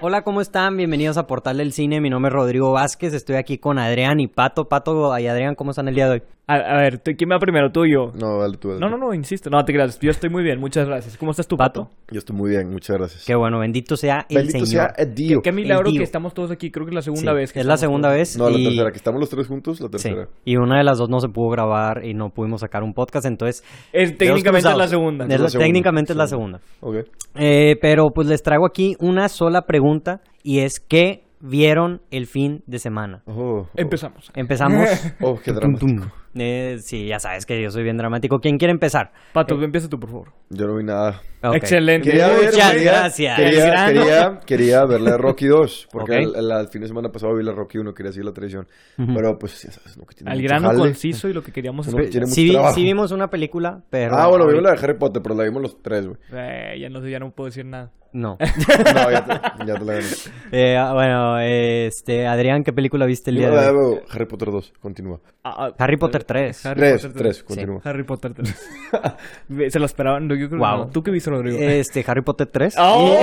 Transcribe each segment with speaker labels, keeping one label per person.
Speaker 1: Hola, ¿cómo están? Bienvenidos a Portal del Cine. Mi nombre es Rodrigo Vázquez. Estoy aquí con Adrián y Pato. Pato y Adrián, ¿cómo están el día de hoy?
Speaker 2: A, a ver, ¿tú- ¿quién va primero? ¿Tú o yo?
Speaker 3: No, dale tú. dale
Speaker 2: No,
Speaker 3: tú.
Speaker 2: no, no, insisto. No, te creas. Yo estoy muy bien, muchas gracias. ¿Cómo estás tú, Pato?
Speaker 3: Yo estoy muy bien, muchas gracias.
Speaker 1: Qué bueno, bendito sea el
Speaker 3: Bendito
Speaker 1: Señor.
Speaker 3: sea el Dio.
Speaker 2: Qué milagro
Speaker 1: El Dio.
Speaker 2: que estamos todos aquí. Creo que es la segunda
Speaker 1: Sí,
Speaker 2: vez. que
Speaker 1: es la
Speaker 2: estamos
Speaker 1: segunda
Speaker 2: todos.
Speaker 1: vez.
Speaker 3: No, la
Speaker 1: y-
Speaker 3: tercera, que estamos los tres juntos, la
Speaker 1: Sí,
Speaker 3: tercera.
Speaker 1: y una de las dos no se pudo grabar y no pudimos sacar un podcast, entonces
Speaker 2: Es, técnicamente es la segunda.
Speaker 1: es
Speaker 3: la
Speaker 1: la-
Speaker 3: segunda,
Speaker 1: técnicamente es la segunda.
Speaker 3: segunda. Ok.
Speaker 1: Eh, pero pues les traigo aquí una sola pregunta y es ¿qué vieron el fin de semana?
Speaker 3: Oh, oh,
Speaker 2: Empezamos.
Speaker 1: Empezamos.
Speaker 3: oh, qué
Speaker 1: Tum,
Speaker 3: drama.
Speaker 1: tum. Eh, sí, ya sabes que yo soy bien dramático. ¿Quién quiere empezar?
Speaker 2: Pato, empieza tú, por favor.
Speaker 3: Yo no vi nada.
Speaker 1: Eh. Ok.
Speaker 2: Excelente.
Speaker 3: Quería ver,
Speaker 1: Muchas
Speaker 3: quería-
Speaker 1: gracias.
Speaker 2: El
Speaker 3: Quería,
Speaker 2: grano.
Speaker 3: quería, quería ver la de Rocky 2, porque
Speaker 1: Ok.
Speaker 3: el, el- el fin de semana pasado vi la Rocky 1, quería seguir la tradición.
Speaker 1: Ujú.
Speaker 3: Pero pues, ya sabes, no, que tiene
Speaker 2: Al
Speaker 3: mucho
Speaker 2: grano
Speaker 3: jale.
Speaker 2: conciso y lo que queríamos
Speaker 3: Uno
Speaker 2: espe-
Speaker 3: tiene mucho
Speaker 1: Sí, vi-
Speaker 3: trabajo.
Speaker 1: sí vimos una película, pero...
Speaker 3: Ah, bueno, vimos la de Harry Potter, pero la vimos los tres, güey.
Speaker 2: Eh, ya no sé, ya no puedo decir nada.
Speaker 1: No.
Speaker 3: No, ya te, ya te la gané.
Speaker 1: Eh, ah, bueno, eh, este, Adrián, ¿qué película viste el día
Speaker 3: Yo
Speaker 1: de
Speaker 3: la
Speaker 1: hoy?
Speaker 3: veo Harry Potter 2, continúa.
Speaker 2: Ah, ah,
Speaker 1: Harry Potter 3.
Speaker 2: Harry
Speaker 3: Tres,
Speaker 2: Potter
Speaker 3: tres,
Speaker 1: Sí.
Speaker 3: continúa.
Speaker 2: Harry Potter 3. Se lo esperaban. no, Yo creo que
Speaker 1: Wow.
Speaker 2: no. ¿Tú qué viste, Rodrigo?
Speaker 1: Este, Harry Potter 3.
Speaker 2: ¡Oh!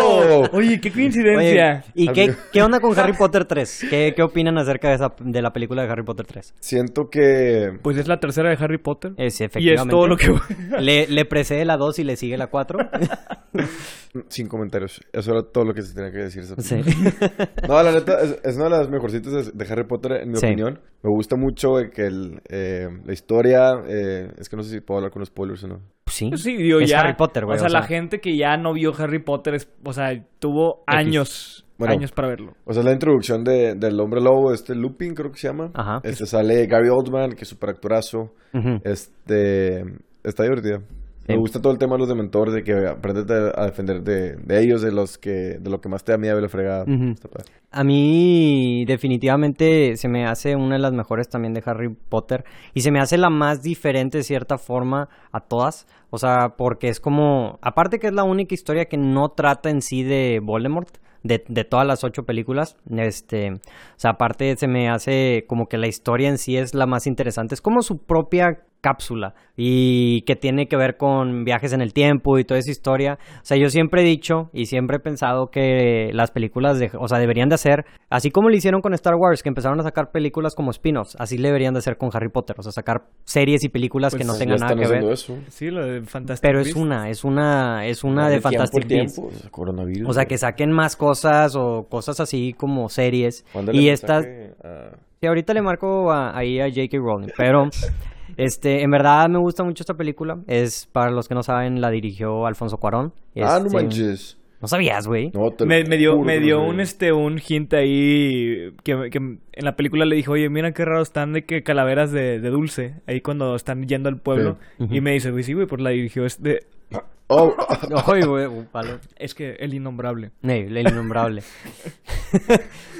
Speaker 3: ¡Oh!
Speaker 2: Oye, qué
Speaker 1: Oye,
Speaker 2: coincidencia.
Speaker 1: ¿Y qué,
Speaker 3: Amigo.
Speaker 1: qué onda con Harry Potter 3? ¿Qué, qué opinan acerca de, esa, de la película de Harry Potter 3?
Speaker 3: Siento que...
Speaker 2: Pues es la tercera de Harry Potter.
Speaker 1: Eh, sí,
Speaker 2: y es
Speaker 1: efectivamente.
Speaker 2: todo lo que...
Speaker 1: Le, le precede la 2 y le sigue la 4.
Speaker 3: mm, Sin comentarios. Eso era todo lo que se tenía que decir. esa
Speaker 1: Sí.
Speaker 3: No, la neta, es, es una de las mejorcitas de- de Harry Potter, en mi
Speaker 1: Sí.
Speaker 3: opinión. Me gusta mucho de que el, eh, la historia... eh, es que no sé si puedo hablar con los spoilers o no.
Speaker 1: Sí.
Speaker 2: Pues Sí, digo,
Speaker 1: Es
Speaker 2: ya.
Speaker 1: Harry Potter, güey,
Speaker 2: O sea,
Speaker 1: o sea.
Speaker 2: la gente que ya no vio Harry Potter, es- o sea, tuvo
Speaker 1: X.
Speaker 2: años,
Speaker 3: Bueno.
Speaker 2: años para verlo.
Speaker 3: O sea, es la introducción de, del hombre lobo, este Lupin creo que se llama.
Speaker 1: Ajá.
Speaker 3: Este sale Gary Oldman, que es súper actorazo.
Speaker 1: Ujú.
Speaker 3: Este... Está divertida.
Speaker 1: Sí.
Speaker 3: Me gusta todo el tema de los dementores, de que aprendes a defender de, de ellos, de los que... De lo que más te da miedo y la fregada.
Speaker 1: Ujú.
Speaker 3: Está padre.
Speaker 1: A mí definitivamente se me hace una de las mejores también de Harry Potter y se me hace la más diferente de cierta forma a todas, o sea, porque es como, aparte que es la única historia que no trata en sí de Voldemort, de, de todas las ocho películas, este, o sea, aparte se me hace como que la historia en sí es la más interesante, es como su propia cápsula y que tiene que ver con viajes en el tiempo y toda esa historia. O sea, yo siempre he dicho y siempre he pensado que las películas, de, o sea, deberían de hacer, así como lo hicieron con Star Wars, que empezaron a sacar películas como spin-offs, así le deberían de hacer con Harry Potter, o sea, sacar series y películas que
Speaker 2: Pues
Speaker 1: no
Speaker 2: sí,
Speaker 1: tengan
Speaker 3: Ya
Speaker 1: nada
Speaker 3: están
Speaker 1: que ver.
Speaker 3: haciendo eso.
Speaker 2: Sí, lo de Fantastic
Speaker 1: Pero es
Speaker 2: Beasts.
Speaker 1: una, es una, es una de
Speaker 3: Tiempo,
Speaker 1: Fantastic Beasts.
Speaker 3: tiempo, Coronavirus.
Speaker 1: O sea,
Speaker 3: güey.
Speaker 1: que saquen más cosas o cosas así como series.
Speaker 3: Mándale
Speaker 1: Y
Speaker 3: mensaje
Speaker 1: estas,
Speaker 3: a-
Speaker 1: Sí, ahorita le marco a- ahí a J.K. Rowling, pero este, en verdad me gusta mucho esta película. Es, para los que no saben, la dirigió Alfonso Cuarón.
Speaker 3: Ah, no
Speaker 1: Este,
Speaker 3: manches.
Speaker 1: No sabías, güey.
Speaker 3: No, te lo
Speaker 2: Me, me dio,
Speaker 3: juro
Speaker 2: me
Speaker 3: que no
Speaker 2: dio
Speaker 3: sabía.
Speaker 2: un, este, un hint ahí que, que en la película le dijo, oye, mira qué raro están de que calaveras de, de dulce, ahí cuando están yendo al pueblo.
Speaker 1: Sí. Ujú.
Speaker 2: Y me dice, güey, sí, güey, pues la dirigió este...
Speaker 3: Oh,
Speaker 1: Ay, güey, un palo.
Speaker 2: Es que el innombrable.
Speaker 1: Ey, el innombrable.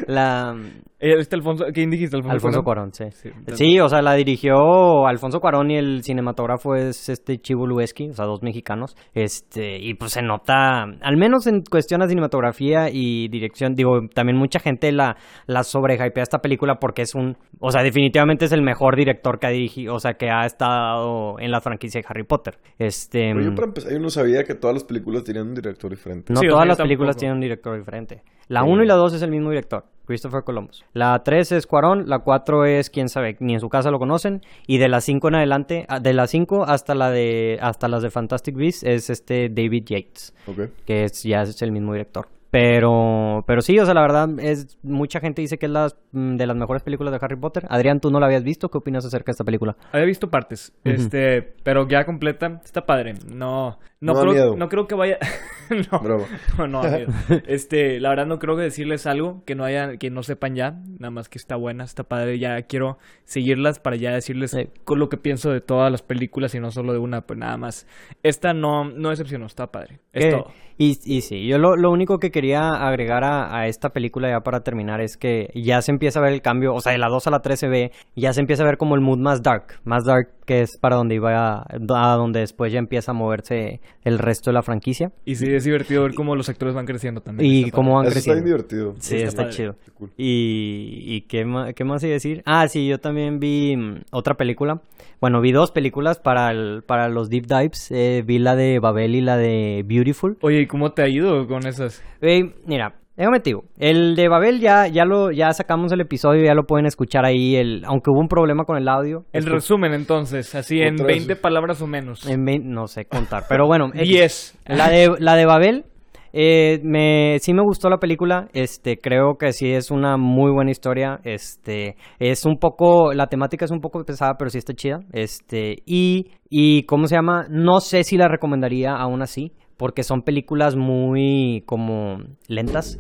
Speaker 1: la,
Speaker 2: Eh, Este Alfonso, ¿quién dijiste? Alfonso,
Speaker 1: Alfonso Cuarón, sí.
Speaker 2: Sí,
Speaker 1: Sí, o sea, la dirigió Alfonso Cuarón y el cinematógrafo es este Chivo Lueski, o sea, dos mexicanos. Este, y pues se nota, al menos en cuestión de cinematografía y dirección, digo, también mucha gente la, la sobrehypea esta película porque es un, o sea, definitivamente es el mejor director que ha dirigido, o sea, que ha estado en la franquicia de Harry Potter. Este,
Speaker 3: Pero yo para empezar, yo no sabía que todas las películas tenían un director diferente.
Speaker 1: no
Speaker 2: Sí, o sea,
Speaker 1: todas
Speaker 2: yo
Speaker 1: las películas
Speaker 2: tampoco.
Speaker 1: tienen un director diferente. La
Speaker 3: Sí.
Speaker 1: 1 y la 2 es el mismo director, Christopher Columbus. La 3 es Cuarón, la 4 es quién sabe, ni en su casa lo conocen. Y de las 5 en adelante, ah, de las 5 hasta la de hasta las de Fantastic Beasts es este David Yates,
Speaker 3: Ok.
Speaker 1: que es, ya es el mismo director. Pero, pero sí, o sea, la verdad es mucha gente dice que es las, mm, de las mejores películas de Harry Potter. Adrián, tú no la habías visto, ¿qué opinas acerca de esta película?
Speaker 2: Había visto partes,
Speaker 1: Ujú.
Speaker 2: este, pero ya completa, está padre. No, no,
Speaker 3: No da
Speaker 2: creo,
Speaker 3: miedo.
Speaker 2: no creo que vaya, no,
Speaker 3: Bravo.
Speaker 2: no, no da miedo. Este, la verdad no creo que decirles algo que no hayan, que no sepan ya, nada más que está buena, está padre. Ya quiero seguirlas para ya decirles
Speaker 1: Sí.
Speaker 2: con lo que pienso de todas las películas y no solo de una, pues nada más. Esta no, no decepcionó, está padre. Es
Speaker 1: Que-
Speaker 2: todo.
Speaker 1: Y, y sí, yo lo, lo único que quería agregar a, a esta película ya para terminar es que ya se empieza a ver el cambio, o sea, de la 2 a la 3 se ve, ya se empieza a ver como el mood más dark, más dark que es para donde iba, a, a donde después ya empieza a moverse el resto de la franquicia
Speaker 2: Y sí, es divertido ver cómo los actores van creciendo también.
Speaker 1: y
Speaker 2: está
Speaker 1: cómo van
Speaker 3: Eso está
Speaker 1: creciendo.
Speaker 3: bien divertido.
Speaker 1: Sí,
Speaker 2: Está
Speaker 1: está
Speaker 2: padre.
Speaker 1: chido.
Speaker 3: Qué cool.
Speaker 1: Y, y qué, ma- qué más iba a decir? Ah, sí, yo también vi mm, otra película. Bueno, vi dos películas para, el- para los deep dives. eh, vi la de Babel y la de Beautiful.
Speaker 2: Oye, ¿y cómo te ha ido con esas?
Speaker 1: Güey, mira, Déjame te digo, el de Babel ya, ya lo, ya sacamos el episodio, ya lo pueden escuchar ahí, el, aunque hubo un problema con el audio.
Speaker 2: En
Speaker 1: escu-
Speaker 2: resumen, entonces, así en
Speaker 3: Otra
Speaker 2: 20
Speaker 3: vez.
Speaker 2: palabras o menos.
Speaker 1: en vein- no sé contar, pero bueno. X.
Speaker 2: 10.
Speaker 1: La de, la de Babel, eh, me, sí me gustó la película, este, creo que sí es una muy buena historia, este, es un poco, la temática es un poco pesada, pero sí está chida, este, y, y, ¿cómo se llama? No sé si la recomendaría aún así, porque son películas muy, como, lentas,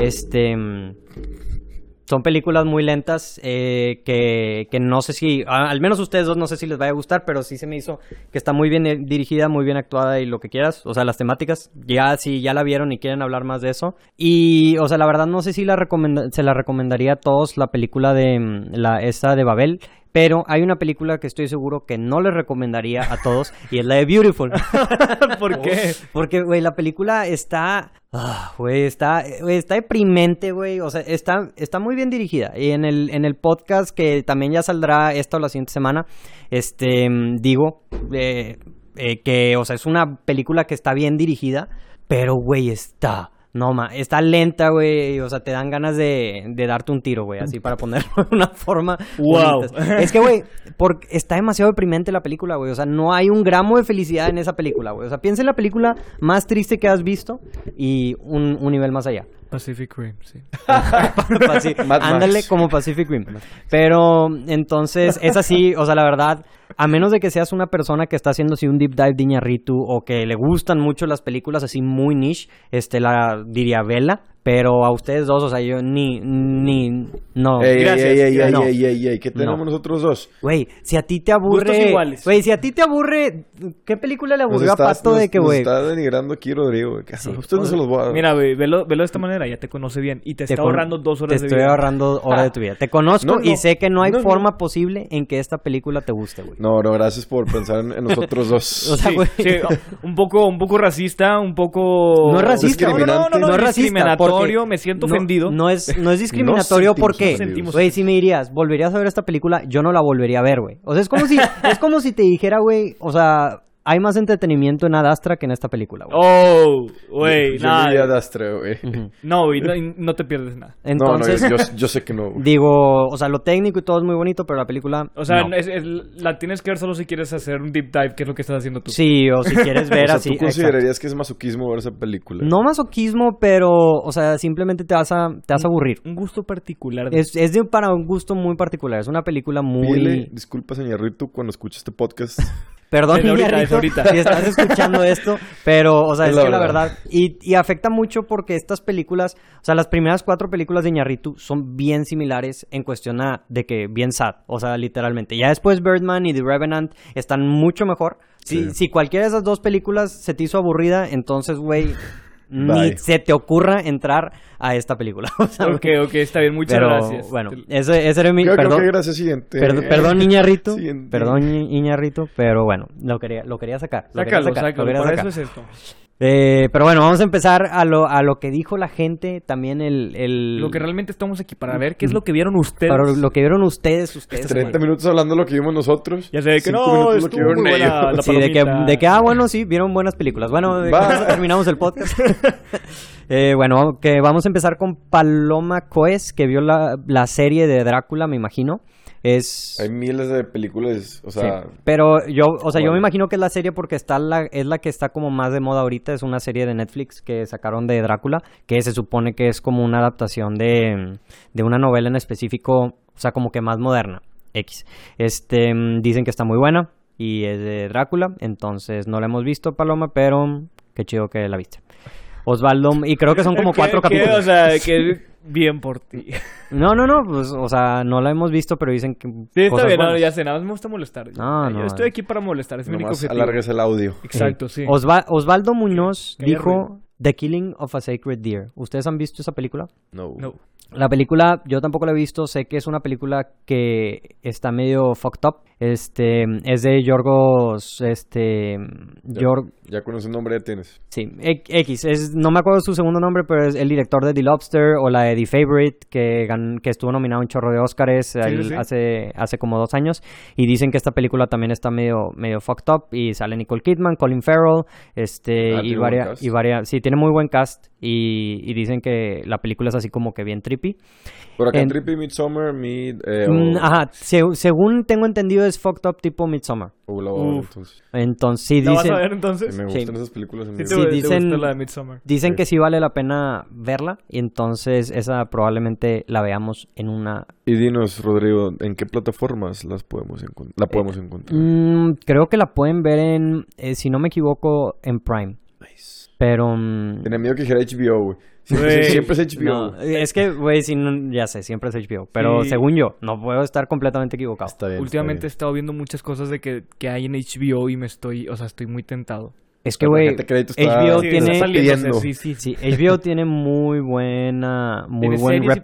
Speaker 1: este... mm, Son películas muy lentas eh, que, que no sé si, a- al menos ustedes dos no sé si les vaya a gustar, pero sí se me hizo que está muy bien eh, dirigida, muy bien actuada y lo que quieras. O sea, las temáticas, ya si ya la vieron y quieren hablar más de eso. Y, o sea, la verdad no sé si la recomenda- se la recomendaría a todos la película de mm, la, esta de Babel. Pero hay una película que estoy seguro que no les recomendaría a todos y es la de Beautiful.
Speaker 2: ¿Por qué?
Speaker 1: Porque, güey, la película está. ah, Güey, está, güey, está deprimente, güey. O sea, está, está muy bien dirigida. Y en el, en el podcast que también ya saldrá esta o la siguiente semana, este, mm, digo eh, eh, que, o sea, es una película que está bien dirigida, pero, güey, está. No, ma, está lenta, güey. O sea, te dan ganas de, de darte un tiro, güey. Así para ponerlo de una forma.
Speaker 2: Wow.
Speaker 1: bonita. Es que, güey, porque está demasiado deprimente la película, güey. O sea, no hay un gramo de felicidad en esa película, güey. O sea, piensa en la película más triste que has visto y un, un nivel más allá.
Speaker 2: Pacific Rim, sí.
Speaker 1: Paci-
Speaker 3: Mad Max.
Speaker 1: Ándale como Pacific Rim. Pero entonces es así, o sea, la verdad, a menos de que seas una persona que está haciendo así un deep dive de Iñárritu o que le gustan mucho las películas así muy niche, este la diría vela, pero a ustedes dos, o sea, yo ni ni no.
Speaker 3: Ey,
Speaker 2: Gracias,
Speaker 3: ey, ey, ey,
Speaker 1: gracias.
Speaker 3: ey, ey, ey, ¿qué
Speaker 1: No.
Speaker 3: tenemos nosotros dos?
Speaker 1: Güey, si a ti te
Speaker 2: Gustos
Speaker 1: aburre,
Speaker 2: iguales.
Speaker 1: güey, si a ti te aburre, ¿qué película le
Speaker 3: Nos
Speaker 1: aburrió a
Speaker 3: estás-
Speaker 1: Pato
Speaker 3: nos-
Speaker 1: de que
Speaker 3: nos
Speaker 1: güey?
Speaker 3: está denigrando aquí Rodrigo. güey.
Speaker 1: Sí.
Speaker 3: Ustedes no se los voy a dar.
Speaker 2: Mira, güey, velo, velo de esta manera, ya te conoce bien y te,
Speaker 1: Te
Speaker 2: está
Speaker 1: con-
Speaker 2: ahorrando dos horas
Speaker 1: Te
Speaker 2: de
Speaker 1: estoy
Speaker 2: vida.
Speaker 1: ahorrando hora de tu vida. Te conozco
Speaker 3: Ah. No, no.
Speaker 1: y sé que no hay
Speaker 3: No, no.
Speaker 1: forma posible en que esta película te guste, güey.
Speaker 3: No, no, gracias por pensar en, en nosotros dos.
Speaker 1: O sea,
Speaker 2: Sí,
Speaker 1: güey.
Speaker 2: sí, un poco un poco racista, un poco
Speaker 1: No es racista,
Speaker 2: no, no, no, no,
Speaker 3: discriminante.
Speaker 1: no
Speaker 2: no,
Speaker 1: es racista. porque
Speaker 2: discriminatorio, me siento
Speaker 1: no-
Speaker 2: ofendido.
Speaker 1: No es, no es
Speaker 3: No
Speaker 1: discriminatorio
Speaker 3: sentimos
Speaker 1: porque,
Speaker 3: ofendidos.
Speaker 1: güey, si me dirías, volverías a ver esta película, yo no la volvería a ver, güey. O sea, es como si, es como si te dijera, güey, o sea, hay más entretenimiento en Ad Astra que en esta película, güey.
Speaker 2: Oh, güey,
Speaker 3: Yo diría
Speaker 2: nada.
Speaker 3: Dastre, güey.
Speaker 1: Ujú.
Speaker 2: No, güey, no, no te pierdes nada.
Speaker 1: Entonces,
Speaker 3: no, no, yo, yo- yo sé que no. güey.
Speaker 1: digo, o sea, lo técnico y todo es muy bonito, pero la película.
Speaker 2: O sea, eh,
Speaker 1: no.
Speaker 2: es- es- la tienes que ver solo si quieres hacer un deep dive, que es lo que estás haciendo tú.
Speaker 1: Sí, o si quieres ver
Speaker 3: o sea,
Speaker 1: así.
Speaker 3: ¿tú
Speaker 1: exacto.
Speaker 3: considerarías que es masoquismo ver esa película?
Speaker 1: No masoquismo, pero, o sea, simplemente te vas a, te vas a aburrir.
Speaker 2: Un gusto particular. de-
Speaker 1: Es, es de, para un gusto muy particular. Es una película muy.
Speaker 3: Pídele disculpas a Iñárritu cuando escuche este podcast.
Speaker 1: Perdón,
Speaker 2: Desde ahorita,
Speaker 1: Iñárritu,
Speaker 2: desde ahorita.
Speaker 1: si estás escuchando esto, pero, o sea, es,
Speaker 3: Es la
Speaker 1: que la
Speaker 3: verdad.
Speaker 1: verdad, y, y afecta mucho porque estas películas, o sea, las primeras cuatro películas de Iñarritu son bien similares en cuestión a, de que bien sad, o sea, literalmente. Ya después Birdman y The Revenant están mucho mejor. Si,
Speaker 3: Sí.
Speaker 1: si cualquiera de esas dos películas se te hizo aburrida, entonces, güey, ni
Speaker 3: Bye.
Speaker 1: se te ocurra entrar a esta película. O sea,
Speaker 2: Ok, ok, está bien, muchas
Speaker 1: pero,
Speaker 2: gracias.
Speaker 1: Bueno,
Speaker 2: Te-
Speaker 1: ese, ese era mi...
Speaker 3: Creo, creo
Speaker 1: perdón.
Speaker 3: que gracias, siguiente.
Speaker 1: Perdón, perdón Iñarrito,
Speaker 3: Siguiente.
Speaker 1: perdón Iñ- Iñárritu, pero bueno, lo quería, lo quería sacar. Lo quería
Speaker 2: Sácalo,
Speaker 1: sacar, lo
Speaker 2: sácalo,
Speaker 1: quería
Speaker 2: por
Speaker 1: sacar.
Speaker 2: eso es esto.
Speaker 1: Eh, pero bueno, vamos a empezar a lo, a lo que dijo la gente, también el... el-
Speaker 2: Lo que realmente estamos aquí para ver qué es lo que vieron ustedes.
Speaker 1: para lo que vieron ustedes,
Speaker 2: Este
Speaker 1: ustedes.
Speaker 3: 30
Speaker 1: güey.
Speaker 3: minutos hablando de lo que vimos nosotros.
Speaker 2: Ya sé que
Speaker 3: cinco
Speaker 2: no,
Speaker 3: minutos lo
Speaker 2: estuvo
Speaker 3: que vieron
Speaker 2: muy buena
Speaker 3: ellos.
Speaker 2: la
Speaker 1: Sí, de que,
Speaker 2: palomita.
Speaker 1: de que, ah, bueno, sí, vieron buenas películas. Bueno, de-
Speaker 3: Va.
Speaker 1: con eso terminamos el podcast. Eh, bueno, que vamos a empezar con Paloma Coes, que vio la, la serie de Drácula, me imagino. Es...
Speaker 3: Hay miles de películas, o sea...
Speaker 1: Sí, Pero yo, o sea, yo me
Speaker 3: bueno.
Speaker 1: imagino que es la serie porque está la, es la que está como más de moda ahorita, es una serie de Netflix que sacaron de Drácula, que se supone que es como una adaptación de, de una novela en específico, o sea, como que más moderna, X. Este, mm, dicen que está muy buena y es de Drácula, entonces no la hemos visto, Paloma, pero qué chido que la viste. Osvaldo, y creo que son como
Speaker 2: ¿Qué-
Speaker 1: cuatro
Speaker 2: qué?
Speaker 1: capítulos.
Speaker 2: O sea, que bien por ti.
Speaker 1: No, no, no, pues, o sea, no la hemos visto, pero dicen que...
Speaker 2: Sí, está
Speaker 1: cosas
Speaker 2: bien, no,
Speaker 1: buenas.
Speaker 2: ya sé, nada más me gusta molestar.
Speaker 1: No,
Speaker 2: Yo
Speaker 1: no.
Speaker 2: estoy aquí para molestar, es mi único
Speaker 3: Nomás
Speaker 2: objetivo.
Speaker 3: alargues el audio.
Speaker 2: Exacto, sí.
Speaker 1: Osva- Osvaldo Muñoz
Speaker 2: Que- que haya
Speaker 1: dijo
Speaker 2: ruido.
Speaker 1: The Killing of a Sacred Deer. ¿Ustedes han visto esa película?
Speaker 3: No.
Speaker 2: No.
Speaker 1: La película yo tampoco la he visto, sé que es una película que está medio fucked up. Este es de Yorgos este Yor-
Speaker 3: Ya con ese nombre ya tienes.
Speaker 1: sí, e- X, es no me acuerdo su segundo nombre, pero es el director de The Lobster o la de The Favorite que gan- que estuvo nominado a un chorro de Oscars
Speaker 2: sí.
Speaker 1: hace hace como dos años y dicen que esta película también está medio medio fucked up y sale Nicole Kidman, Colin Farrell, este
Speaker 3: Ah,
Speaker 1: y
Speaker 3: tiene buen
Speaker 1: varias
Speaker 3: cast.
Speaker 1: y varias sí tiene muy buen cast y, y dicen que la película es así como que bien trippy.
Speaker 3: Por acá
Speaker 1: En-
Speaker 3: Trippy, Midsummer, Mid... Eh,
Speaker 1: Mm,
Speaker 3: o-
Speaker 1: Ajá, se- según tengo entendido es fucked up tipo Midsommar.
Speaker 3: o la otra,
Speaker 2: Uf.
Speaker 3: entonces.
Speaker 1: Entonces, sí
Speaker 2: ¿La vas
Speaker 1: dicen,
Speaker 2: a ver
Speaker 3: Sí,
Speaker 2: entonces?
Speaker 3: Me
Speaker 1: Sí.
Speaker 3: gustan esas películas.
Speaker 2: Sí, te,
Speaker 3: amigo.
Speaker 1: Sí,
Speaker 2: te
Speaker 1: dicen-
Speaker 2: gustó la de Midsommar.
Speaker 1: dicen
Speaker 3: Sí.
Speaker 1: que sí vale la pena verla y entonces esa probablemente la veamos en una...
Speaker 3: Y dinos, Rodrigo, ¿en qué plataformas las podemos encon- la podemos encontrar?
Speaker 1: Mm, creo que la pueden ver en, eh, si no me equivoco, en Prime. Pero... mm,
Speaker 3: Tenía miedo que dijera HBO, güey. Siempre,
Speaker 2: Güey.
Speaker 3: es- siempre es HBO.
Speaker 1: no,
Speaker 3: güey.
Speaker 1: es que, güey, si no- ya sé, siempre es HBO. Pero
Speaker 2: Sí.
Speaker 1: según yo, no puedo estar completamente equivocado.
Speaker 3: Está bien.
Speaker 2: Últimamente he estado viendo muchas cosas de que, que hay en HBO y me estoy, o sea, estoy muy tentado.
Speaker 1: Es que, güey, HBO
Speaker 2: Sí,
Speaker 1: tiene-
Speaker 2: está saliendo,
Speaker 3: pidiendo.
Speaker 2: sí, sí, sí.
Speaker 1: Sí, HBO tiene muy buena, muy
Speaker 2: Tiene
Speaker 1: buen
Speaker 2: series y
Speaker 1: repertoire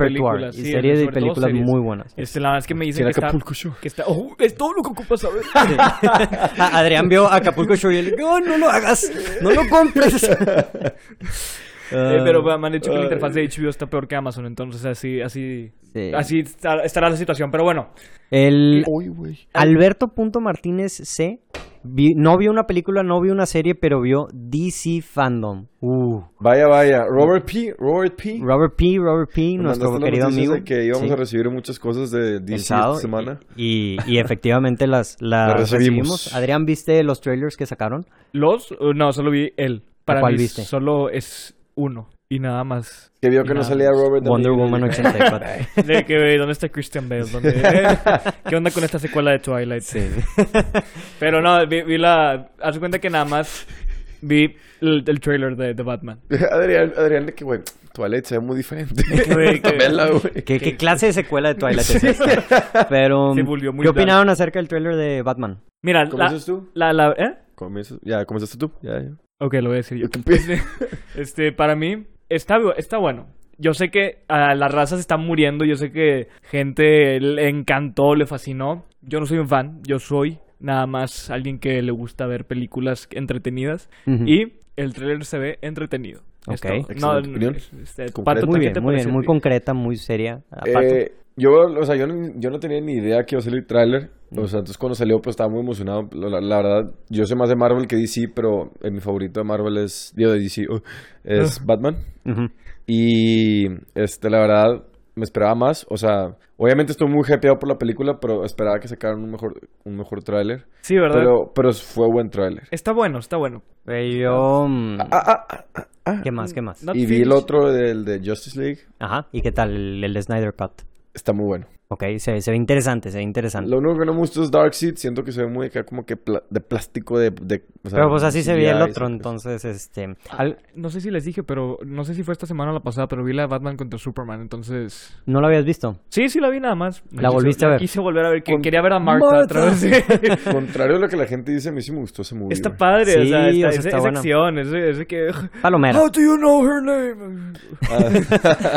Speaker 1: y
Speaker 2: películas, sí,
Speaker 1: series y
Speaker 2: sobre todo
Speaker 1: películas
Speaker 2: series.
Speaker 1: muy buenas.
Speaker 2: Este, la verdad es que me dicen que está,
Speaker 3: Acapulco Shore.
Speaker 2: que está... ¡Oh! Es todo lo que ocupas saber.
Speaker 1: A- Adrián vio Acapulco Shore y le dijo, "No, no lo hagas, no lo compres. Ah,
Speaker 2: Eh, pero me han dicho que la
Speaker 3: Ay.
Speaker 2: interfaz de HBO está peor que Amazon, entonces así, así,
Speaker 1: Sí.
Speaker 2: así está- estará la situación. Pero bueno,
Speaker 1: El
Speaker 3: Uy, güey.
Speaker 1: Alberto.Martínez C. vi- no vio una película, no vio una serie, pero vio DC Fandom. Uh,
Speaker 3: Vaya, vaya. Robert P. Robert P.
Speaker 1: Robert P., Robert P.,
Speaker 3: Nos
Speaker 1: nuestro
Speaker 3: mandaste las
Speaker 1: querido
Speaker 3: noticias
Speaker 1: amigo.
Speaker 3: de que íbamos
Speaker 1: Sí.
Speaker 3: a recibir muchas cosas de DC
Speaker 1: el
Speaker 3: esta
Speaker 1: sábado,
Speaker 3: semana.
Speaker 1: Y, y- y efectivamente las, las
Speaker 3: Las recibimos.
Speaker 1: recibimos. Adrián, ¿viste los trailers que sacaron?
Speaker 2: los... uh, no, solo vi él. Para
Speaker 1: cuál
Speaker 2: mí
Speaker 1: viste?
Speaker 2: solo es uno y nada más.
Speaker 3: Que vio
Speaker 2: Y
Speaker 3: que no
Speaker 2: nada
Speaker 3: salía
Speaker 2: más.
Speaker 3: Robert.
Speaker 1: Wonder
Speaker 3: Downey
Speaker 1: Woman
Speaker 3: Jr.
Speaker 1: 84.
Speaker 2: De que, güey, ¿dónde está Christian Bale? ¿Dónde- eh, ¿Qué onda con esta secuela de Twilight? Pero no, vi, vi la... Haz de cuenta que nada más vi el, el trailer de, de Batman.
Speaker 3: Adrián, Adrián, de que, güey, Twilight se ve muy diferente.
Speaker 2: Güey, que-
Speaker 3: Vela, güey.
Speaker 1: ¿Qué, qué clase de secuela de Twilight es esta? Pero,
Speaker 2: Se volvió muy
Speaker 1: Um, ¿qué
Speaker 2: dark.
Speaker 1: opinaron acerca del tráiler de Batman?
Speaker 2: Mira, la,
Speaker 3: ¿Comienzas tú?
Speaker 2: la, la- ¿eh?
Speaker 3: ¿Comienzas? Ya, ¿comenzaste tú? Ya, ya.
Speaker 2: Ok, lo voy a decir yo.
Speaker 3: Yo qué pe-
Speaker 2: Este, para mí, está, bu- está bueno. Yo sé que a la raza se está muriendo. Yo sé que gente le encantó, le fascinó. Yo no soy un fan. Yo soy nada más alguien que le gusta ver películas entretenidas. Y el tráiler se ve entretenido.
Speaker 1: Mm. Ok.
Speaker 2: Es todo. No,
Speaker 3: Excelente opinión.
Speaker 2: este,
Speaker 1: Pues
Speaker 2: Pato, ¿tú
Speaker 3: Completa.
Speaker 1: muy
Speaker 2: qué
Speaker 1: bien,
Speaker 2: te
Speaker 1: muy bien,
Speaker 2: pareció a
Speaker 1: muy
Speaker 2: ti?
Speaker 1: concreta, muy seria. A Pato.
Speaker 3: Eh, yo, o sea, yo no, yo no tenía ni idea que iba a salir tráiler. O sea, entonces cuando salió, pues estaba muy emocionado. La, la- la verdad, yo soy más de Marvel que DC, pero eh, mi favorito de Marvel es, digo, de DC, uh, es Batman.
Speaker 1: Ujú.
Speaker 3: Y, este, la verdad, me esperaba más. O sea, obviamente estoy muy hypeado por la película, pero esperaba que sacaran un mejor, un mejor tráiler.
Speaker 2: Sí, ¿verdad?
Speaker 3: Pero, pero fue buen tráiler.
Speaker 2: Está bueno, está bueno.
Speaker 1: Eh, yo... mm,
Speaker 3: Ah, ah, ah, ah, ah.
Speaker 1: ¿Qué más, qué más?
Speaker 2: No-
Speaker 3: Y vi el otro del de Justice League.
Speaker 1: Ajá, ¿y qué tal el, el Snyder Cut?
Speaker 3: Está muy bueno.
Speaker 1: Ok, se, se ve interesante, se ve interesante.
Speaker 3: Lo único que no me gustó es Darkseid. Siento que se ve muy acá como que pla- de plástico de... de- o sea,
Speaker 1: Pero pues así se veía el
Speaker 3: CGI,
Speaker 1: otro,
Speaker 3: sí,
Speaker 1: entonces, este... al-
Speaker 2: No sé si les dije, pero no sé si fue esta semana o la pasada, pero vi la de Batman contra Superman, entonces...
Speaker 1: ¿No lo habías visto?
Speaker 2: Sí, sí la vi nada más.
Speaker 1: La volviste a ver.
Speaker 2: Quise volver a ver, que
Speaker 3: Con-
Speaker 2: quería ver a Martha,
Speaker 1: Martha.
Speaker 2: otra vez.
Speaker 3: Contrario a lo que la gente dice, a mí sí me gustó ese movie.
Speaker 2: está
Speaker 3: güey.
Speaker 2: padre, o
Speaker 1: Sí,
Speaker 2: sea, está,
Speaker 1: o sea,
Speaker 2: es,
Speaker 1: está
Speaker 2: es
Speaker 1: bueno.
Speaker 2: acción, es, es que...
Speaker 1: Palomera.
Speaker 2: How do you know her name?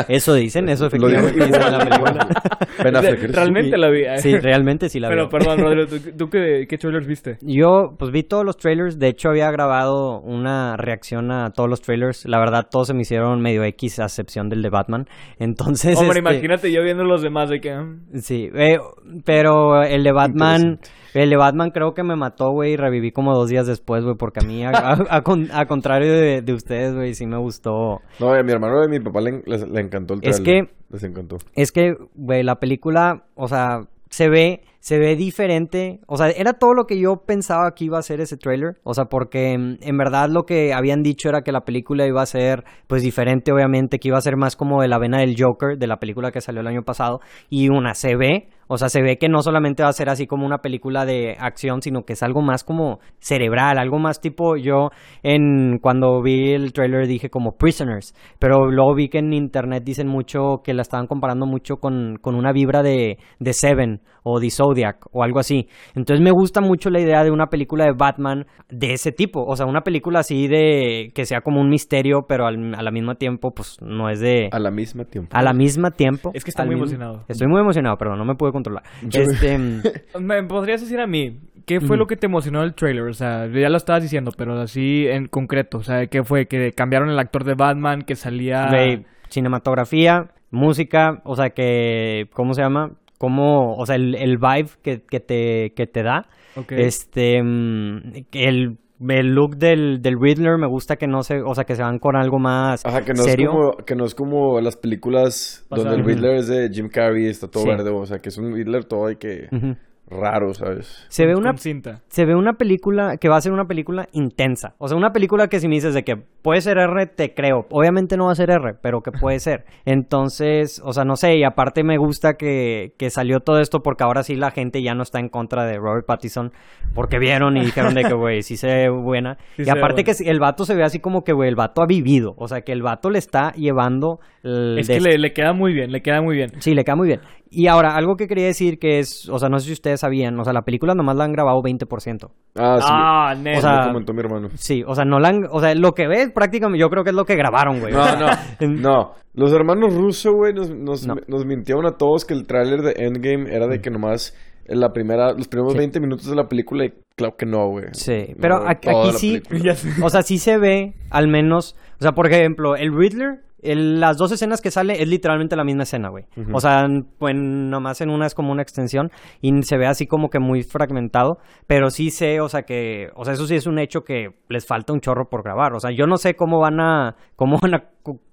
Speaker 1: Eso dicen, eso
Speaker 3: Ah, Lo digo
Speaker 1: efectivamente. dicen en la película.
Speaker 3: igual. Ben Affleck, eres-
Speaker 2: Realmente la vi.
Speaker 1: Sí, realmente sí la
Speaker 2: Pero
Speaker 1: veo.
Speaker 2: perdón, Rodrigo, ¿tú, tú qué, qué trailers viste?
Speaker 1: Yo, pues vi todos los trailers. De hecho, había grabado una reacción a todos los trailers. La verdad, todos se me hicieron medio X, a excepción del de Batman. Entonces. este,
Speaker 2: Hombre, imagínate yo viendo los demás de que... mm,
Speaker 1: Sí, eh, pero el de Batman. El de Batman creo que me mató, güey, y reviví como dos días después, güey, porque a mí, a, a- a con- a contrario de, de ustedes, güey, sí me gustó.
Speaker 3: No, a mi hermano y a mi papá le, en- les- le encantó el
Speaker 1: Es
Speaker 3: tráiler.
Speaker 1: que- Eh.
Speaker 3: Les encantó.
Speaker 1: Es que, güey, la película, o sea, se ve, se ve diferente. O sea, era todo lo que yo pensaba que iba a ser ese trailer. O sea, porque mm, en verdad lo que habían dicho era que la película iba a ser, pues, diferente, obviamente, que iba a ser más como de la vena del Joker, de la película que salió el año pasado. Y una, se ve. O sea, se ve que no solamente va a ser así como una película de acción, sino que es algo más como cerebral, algo más tipo yo en cuando vi el trailer dije como Prisoners, pero luego vi que en internet dicen mucho que la estaban comparando mucho con, con una vibra de, de Seven o de Zodiac o algo así. Entonces me gusta mucho la idea de una película de Batman de ese tipo, o sea, una película así de que sea como un misterio, pero al, a la misma tiempo pues no es de
Speaker 3: A la misma tiempo.
Speaker 1: a la misma tiempo.
Speaker 2: Es que está
Speaker 1: al
Speaker 2: muy
Speaker 1: mismo-
Speaker 2: emocionado.
Speaker 1: Estoy muy emocionado, perdón, no me pude controlar. Este, mm,
Speaker 2: ¿Me podrías decir a mí qué fue lo que te emocionó del trailer? O sea, ya lo estabas diciendo, pero así en concreto. O sea, ¿qué fue? ¿Que cambiaron el actor de Batman? ¿Que
Speaker 3: Ah.
Speaker 2: salía...?
Speaker 1: güey, cinematografía, música, o sea que, ¿cómo se llama? Como, o sea, el, el vibe que, que te, que te da.
Speaker 2: Ok.
Speaker 1: Este, mm, el El look del, del Riddler me gusta que no se, o sea, que se van con algo más
Speaker 3: Ajá, que no,
Speaker 1: serio.
Speaker 3: Es como, que no es como las películas
Speaker 2: Pasado.
Speaker 3: donde el Riddler es de Jim Carrey, está todo
Speaker 1: Sí. Mm.
Speaker 3: verde, o sea, que es un Riddler todo hay que
Speaker 1: Ujú.
Speaker 3: raro, ¿sabes?
Speaker 1: Se ve
Speaker 2: Con
Speaker 1: una
Speaker 2: cinta.
Speaker 1: se ve una película que va a ser una película intensa. O sea, una película que si me dices de que puede ser R, te creo. Obviamente no va a ser R, pero que puede ser. Entonces, o sea, no sé. Y aparte me gusta que, que salió todo esto porque ahora sí la gente ya no está en contra de Robert Pattinson porque vieron y dijeron de que, güey, sí se ve buena.
Speaker 2: Sí
Speaker 1: y
Speaker 2: se ve
Speaker 1: aparte
Speaker 2: buena.
Speaker 1: que sí, el vato se ve así como que, güey, el vato ha vivido. O sea, que el vato le está llevando... el
Speaker 2: Es que
Speaker 1: dest-
Speaker 2: le, le queda muy bien, le queda muy bien.
Speaker 1: Sí, le queda muy bien. Y ahora, algo que quería decir que es, o sea, no sé si ustedes sabían, o sea, la película nomás la han grabado 20%.
Speaker 3: Ah, sí.
Speaker 2: Ah,
Speaker 1: O
Speaker 2: neta.
Speaker 1: sea,
Speaker 3: me comentó mi hermano.
Speaker 1: Sí, o sea, no la han- o sea, lo que ves prácticamente yo creo que es lo que grabaron, güey.
Speaker 3: No, no, no. Los hermanos rusos, güey, nos, nos,
Speaker 1: No. Mm.
Speaker 3: nos mintieron a todos que el tráiler de Endgame era de que nomás en la primera, los primeros
Speaker 1: Sí.
Speaker 3: 20 minutos de la película, y claro que no, güey.
Speaker 1: Sí,
Speaker 3: No,
Speaker 1: pero
Speaker 3: güey,
Speaker 1: ac-
Speaker 3: toda
Speaker 1: aquí
Speaker 3: la
Speaker 1: sí,
Speaker 3: película.
Speaker 2: Ya sé.
Speaker 1: o sea, sí se ve al menos, o sea, por ejemplo, el Riddler el- las dos escenas que sale es literalmente la misma escena, güey.
Speaker 3: Ujú.
Speaker 1: O sea, en- pues nomás en una es como una extensión y se ve así como que muy fragmentado, pero sí sé, o sea, que, o sea, eso sí es un hecho que les falta un chorro por grabar. O sea, yo no sé cómo van a, cómo van a,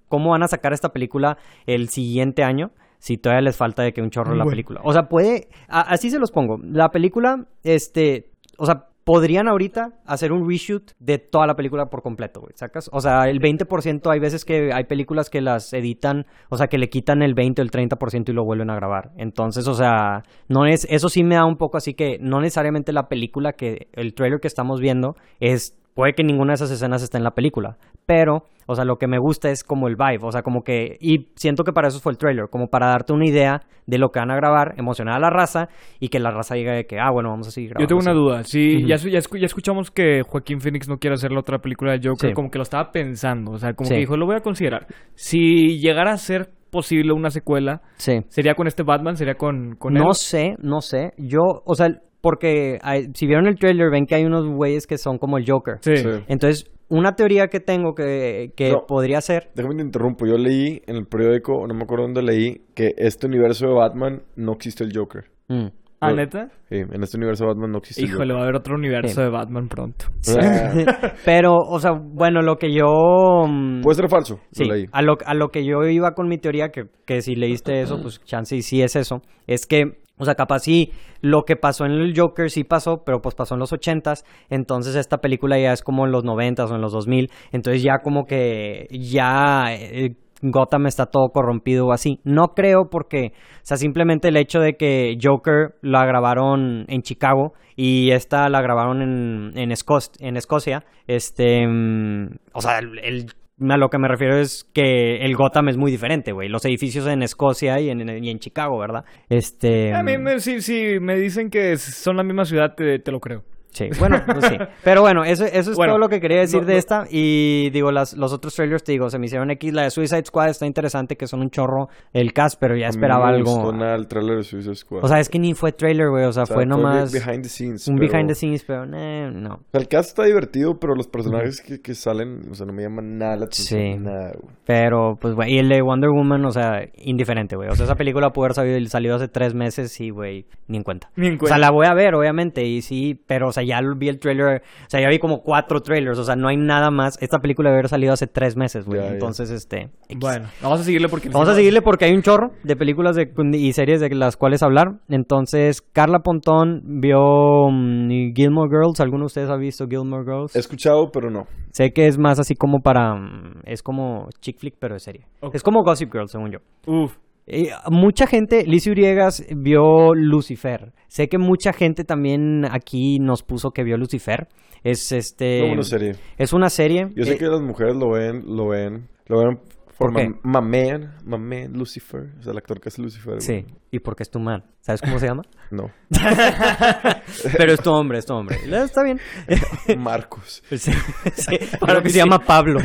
Speaker 1: cómo van a sacar esta película el siguiente año. Si todavía les falta de que un chorro la
Speaker 2: Bueno.
Speaker 1: película. O sea, puede. a- así se los pongo. La película, este. O sea, podrían ahorita hacer un reshoot de toda la película por completo, güey. ¿Sacas? O sea, el 20% hay veces que hay películas que las editan. O sea, que le quitan el 20 o el 30% y lo vuelven a grabar. Entonces, o sea, no es. Eso sí me da un poco así que no necesariamente la película que. El trailer que estamos viendo es Puede que ninguna de esas escenas esté en la película, pero, o sea, lo que me gusta es como el vibe, o sea, como que, y siento que para eso fue el trailer, como para darte una idea de lo que van a grabar, emocionar a la raza y que la raza diga de que, ah, bueno, vamos a seguir
Speaker 2: Yo
Speaker 1: grabando.
Speaker 2: tengo
Speaker 1: así".
Speaker 2: una duda. Sí,
Speaker 1: Ujú.
Speaker 2: ya, escu- ya, escu- ya escuchamos que Joaquín Phoenix no quiere hacer la otra película de Joker.
Speaker 1: Sí.
Speaker 2: Como que lo estaba pensando. O sea, como
Speaker 1: Sí.
Speaker 2: que dijo, lo voy a considerar. Si llegara a ser posible una secuela,
Speaker 1: Sí.
Speaker 2: ¿sería con este Batman? ¿Sería con, con él?
Speaker 1: No sé, no sé. Yo, o sea, porque hay- si vieron el trailer, ven que hay unos güeyes que son como el Joker.
Speaker 2: Sí.
Speaker 3: Sí.
Speaker 1: Entonces, una teoría que tengo que, que
Speaker 3: No.
Speaker 1: podría ser.
Speaker 3: Déjame te interrumpo. Yo leí en el periódico, no me acuerdo dónde leí, que este universo de Batman no existe el Joker.
Speaker 1: Mm.
Speaker 2: ¿Ah,
Speaker 3: Yo-
Speaker 2: neta?
Speaker 3: Sí, en este universo de Batman no existe el
Speaker 2: Híjole,
Speaker 3: Joker.
Speaker 2: va a haber otro universo
Speaker 1: Sí.
Speaker 2: de Batman pronto.
Speaker 3: Ah,
Speaker 1: Pero, o sea, bueno, lo que yo. mm,
Speaker 2: Pues
Speaker 3: Puede ser falso.
Speaker 1: Sí, ah,
Speaker 3: Lo leí.
Speaker 1: a lo, a lo que yo iba con mi teoría, que, que si leíste eso, pues chance y sí es eso, es que, o sea, capaz sí, lo que pasó en el Joker sí pasó, pero pues pasó en los ochentas, entonces esta película ya es como en los noventas o en los dos mil, entonces ya como que ya... eh, Gotham está todo corrompido o así. No creo porque, o sea, simplemente el hecho de que Joker la grabaron en Chicago y esta la grabaron en, en, Escos- en Escocia, este, mm, o sea, el- el a lo que me refiero es que el Gotham es muy diferente, güey. Los edificios en Escocia y en, y en Chicago, ¿verdad? Este.
Speaker 2: A mí, me- sí, sí, me dicen que son la misma ciudad, te, te lo creo.
Speaker 1: Sí, bueno, pues sí. Pero bueno, eso, eso es
Speaker 2: Bueno,
Speaker 1: todo lo que quería decir
Speaker 2: no-
Speaker 1: de
Speaker 2: no-
Speaker 1: esta. Y digo, las, los otros trailers, te digo, se me hicieron X. La de Suicide Squad está interesante, que son un chorro el cast, pero ya
Speaker 3: A mí
Speaker 1: esperaba
Speaker 3: no me gustó
Speaker 1: algo.
Speaker 3: nada el tráiler de Suicide Squad.
Speaker 1: O sea, es que ni fue trailer, güey. O sea,
Speaker 3: O sea,
Speaker 1: fue nomás
Speaker 3: be- behind the scenes.
Speaker 1: un
Speaker 3: pero-
Speaker 1: behind the scenes, pero eh, no.
Speaker 3: O sea, el cast está divertido, pero los personajes que, que salen, o sea, no me llaman nada la atención.
Speaker 1: Sí.
Speaker 3: Nada, güey.
Speaker 1: Pero, pues, güey, y el de Wonder Woman, o sea, indiferente, güey. O sea, esa película pudo haber salido, salido hace tres meses y, güey, ni en cuenta.
Speaker 2: Ni en
Speaker 1: O sea,
Speaker 2: cuenta.
Speaker 1: la voy a ver, obviamente, y sí, pero, o sea, ya vi el trailer, o sea, ya vi como cuatro trailers, o sea, no hay nada más. Esta película debe haber salido hace tres meses, güey.
Speaker 3: Ya, ya.
Speaker 1: Entonces, este... X.
Speaker 2: Bueno, vamos a seguirle porque...
Speaker 1: Vamos a seguirle porque hay un chorro de películas de- y series de las cuales hablar. Entonces, Carla Pontón vio mm, Gilmore Girls. ¿Alguno de ustedes ha visto Gilmore Girls?
Speaker 3: He escuchado, pero no.
Speaker 1: Sé que es más así como para... mm, Es como chick flick, pero de serie.
Speaker 2: Ok.
Speaker 1: Es como Gossip Girl, según yo.
Speaker 2: Uf,
Speaker 1: Eh, mucha gente, Liz Uriegas vio Lucifer. Sé que mucha gente también aquí nos puso que vio Lucifer. Es este.
Speaker 3: no, una serie.
Speaker 1: Es una serie.
Speaker 3: Yo sé
Speaker 1: eh,
Speaker 3: que las mujeres lo ven, lo ven, lo ven por
Speaker 1: ¿Por qué?
Speaker 3: my, my man, my man, Lucifer. O sea, el actor que hace Lucifer. güey.
Speaker 1: Sí. ¿Y porque es tu man? ¿Sabes cómo se llama?
Speaker 3: No,
Speaker 1: Pero es tu hombre, es tu hombre. Eh, Está bien.
Speaker 3: Marcos.
Speaker 1: Sí, sí, Para que se llama Pablo.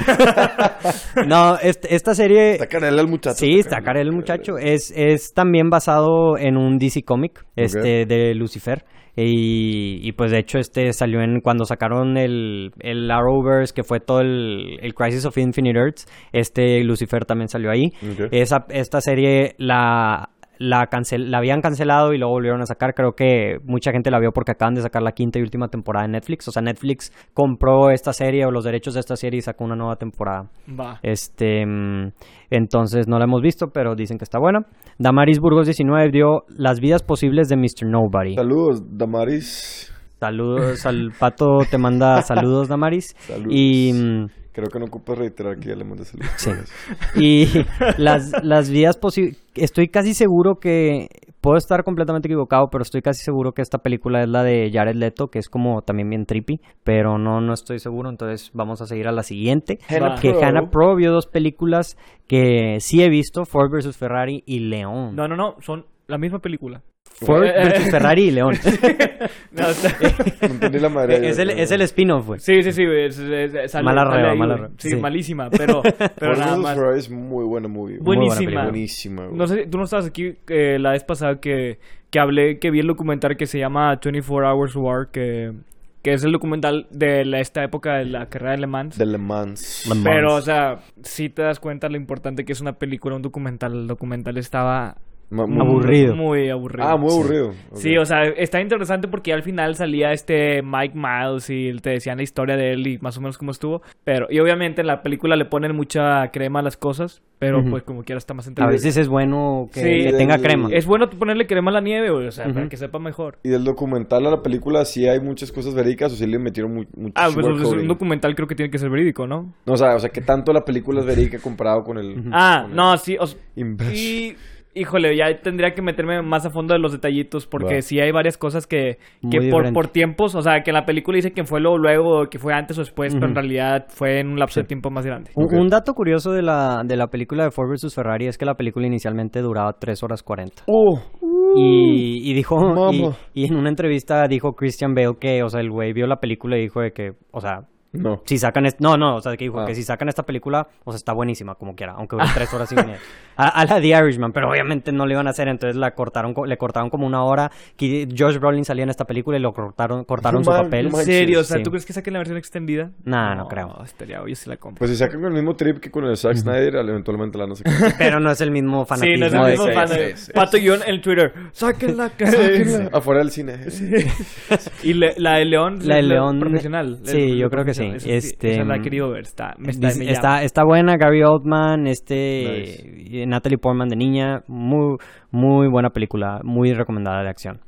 Speaker 1: no, este- esta serie.
Speaker 3: Está Carela el muchacho.
Speaker 1: Sí, sacar el muchacho. Es, es también basado en un DC comic, este, de Lucifer. Y, y, pues de hecho este salió en cuando sacaron el, el Arrowverse, que fue todo el, el Crisis of Infinite Earths, este Lucifer también salió ahí.
Speaker 3: Ok.
Speaker 1: Esa, esta serie la la, cancel la habían cancelado y luego volvieron a sacar. Creo que mucha gente la vio porque acaban de sacar la quinta y última temporada de Netflix. O sea, Netflix compró esta serie o los derechos de esta serie y sacó una nueva temporada.
Speaker 2: Va.
Speaker 1: Este, mm, entonces no la hemos visto, pero dicen que está buena. Damaris Burgos 19 dio Las vidas posibles de Mr. Nobody.
Speaker 3: Saludos, Damaris.
Speaker 1: Saludos al pato, te manda saludos, Damaris.
Speaker 3: Saludos.
Speaker 1: Y, mm,
Speaker 3: Creo que no ocupas reiterar que ya le mandé saludos.
Speaker 1: Sí. y las, las vidas posibles. Estoy casi seguro que. Puedo estar completamente equivocado, pero estoy casi seguro que esta película es la de Jared Leto, que es como también bien trippy, pero no, no estoy seguro. Entonces vamos a seguir a la siguiente.
Speaker 3: Hannah
Speaker 1: Que
Speaker 3: Pro.
Speaker 1: Hannah Pro vio dos películas que sí he visto, Ford vs. Ferrari y León.
Speaker 2: No, no, no, son la misma película.
Speaker 1: Ford
Speaker 2: Eh, eh,
Speaker 1: vs. Ferrari y León.
Speaker 2: No, está-
Speaker 3: No entendí la madre.
Speaker 1: es el, es el spin-off, güey.
Speaker 2: sí, sí, sí. es- es- es- sale-
Speaker 1: Mala
Speaker 2: sale
Speaker 1: reba,
Speaker 2: ahí,
Speaker 1: mala
Speaker 2: güey.
Speaker 1: reba.
Speaker 2: Sí,
Speaker 1: Sí.
Speaker 2: malísima, pero, pero
Speaker 3: Ford
Speaker 2: nada
Speaker 3: vs.
Speaker 2: más.
Speaker 3: Ferrari es muy buena movie. güey.
Speaker 1: buena
Speaker 2: Buenísima.
Speaker 1: película.
Speaker 3: Buenísima, güey.
Speaker 2: No sé, tú no estabas aquí eh, la vez pasada que, que hablé, que vi el documental que se llama 24 Hours War, que, que es el documental de la- esta época de la carrera de Le Mans.
Speaker 3: De Le Mans.
Speaker 1: Le Mans.
Speaker 2: Pero, o sea, sí te das cuenta lo importante que es una película, un documental. El documental estaba
Speaker 3: Ma-
Speaker 1: Muy
Speaker 3: muy-
Speaker 1: Aburrido.
Speaker 2: Muy aburrido.
Speaker 3: Ah, muy aburrido.
Speaker 2: Sí, o sea, está interesante porque al final salía este Mike Miles y te decían la historia de él y más o menos cómo estuvo. Pero, y obviamente en la película le ponen mucha crema a las cosas, pero
Speaker 1: Ujú.
Speaker 2: pues como quiera está más
Speaker 1: A
Speaker 2: interesante.
Speaker 1: veces es bueno que
Speaker 2: Sí,
Speaker 1: le tenga
Speaker 3: el-
Speaker 1: crema.
Speaker 2: Es bueno ponerle crema a la nieve, güey, o sea, para
Speaker 1: Ujú.
Speaker 2: que sepa mejor.
Speaker 3: Y del documental a la película sí hay muchas cosas verídicas o sí le metieron mu mucho
Speaker 2: Ah, pues es
Speaker 3: sugarcoating.
Speaker 2: un documental creo que tiene que ser verídico, ¿no?
Speaker 3: No, o sea, o sea, que tanto la película es verídica comparado con el...
Speaker 2: Ah,
Speaker 3: con el
Speaker 2: no, sí, o s-
Speaker 3: imbécil.
Speaker 2: y... Híjole, ya tendría que meterme más a fondo de los detallitos porque
Speaker 3: Va.
Speaker 2: sí hay varias cosas que, que
Speaker 1: Muy
Speaker 2: por,
Speaker 1: diferente.
Speaker 2: por tiempos, o sea, que en la película dice que fue luego, luego, que fue antes o después, pero en
Speaker 1: Ujú.
Speaker 2: realidad fue en un lapso de tiempo más grande.
Speaker 1: Un,
Speaker 3: Ok.
Speaker 1: un dato curioso de la, de la película de Ford vs. Ferrari es que la película inicialmente duraba 3 horas 40.
Speaker 3: Oh,
Speaker 1: Y, y dijo, y,
Speaker 3: Mamá.
Speaker 1: y en una entrevista dijo Christian Bale que, o sea, el güey vio la película y dijo de que, o sea,
Speaker 3: no.
Speaker 1: si sacan, es- no, no, o sea, que dijo
Speaker 3: Ah.
Speaker 1: que si sacan esta película, o sea, está buenísima, como quiera, aunque dure tres horas y media. A, a la The Irishman, pero obviamente no lo iban a hacer, entonces la cortaron, co- le cortaron como una hora, que Josh Brolin salía en esta película y lo cortaron, cortaron su
Speaker 3: Man-
Speaker 1: papel.
Speaker 3: no
Speaker 2: ¿En
Speaker 3: manches,
Speaker 2: serio? O sea,
Speaker 1: sí.
Speaker 2: ¿tú crees que saquen la versión extendida?
Speaker 1: Nah, no creo.
Speaker 2: Estaría, oye, sí la compro.
Speaker 3: Pues si sacan el mismo trip que con el Zack Snyder, eventualmente la no sé qué.
Speaker 1: Pero no es el mismo
Speaker 2: Sí,
Speaker 3: Pues,
Speaker 1: fanatismo.
Speaker 2: no es el
Speaker 1: de-
Speaker 2: mismo
Speaker 3: sí,
Speaker 2: fan.
Speaker 3: sí,
Speaker 2: de-
Speaker 3: sí, sí.
Speaker 2: Pato y yo en el Twitter. Sáquenla. que-
Speaker 3: Afuera del cine.
Speaker 2: y le- la de León.
Speaker 1: La de León,
Speaker 2: Profesional.
Speaker 1: sí,
Speaker 2: es
Speaker 1: yo creo que sí.
Speaker 2: profesional. Esa
Speaker 1: Este,
Speaker 2: esa la he querido ver. Está, me está,
Speaker 1: Dice-
Speaker 2: me llama.
Speaker 1: está, está buena, Gary Oldman, este
Speaker 3: Nice.
Speaker 1: eh, Natalie Portman de niña, muy, muy buena película, muy recomendada de acción.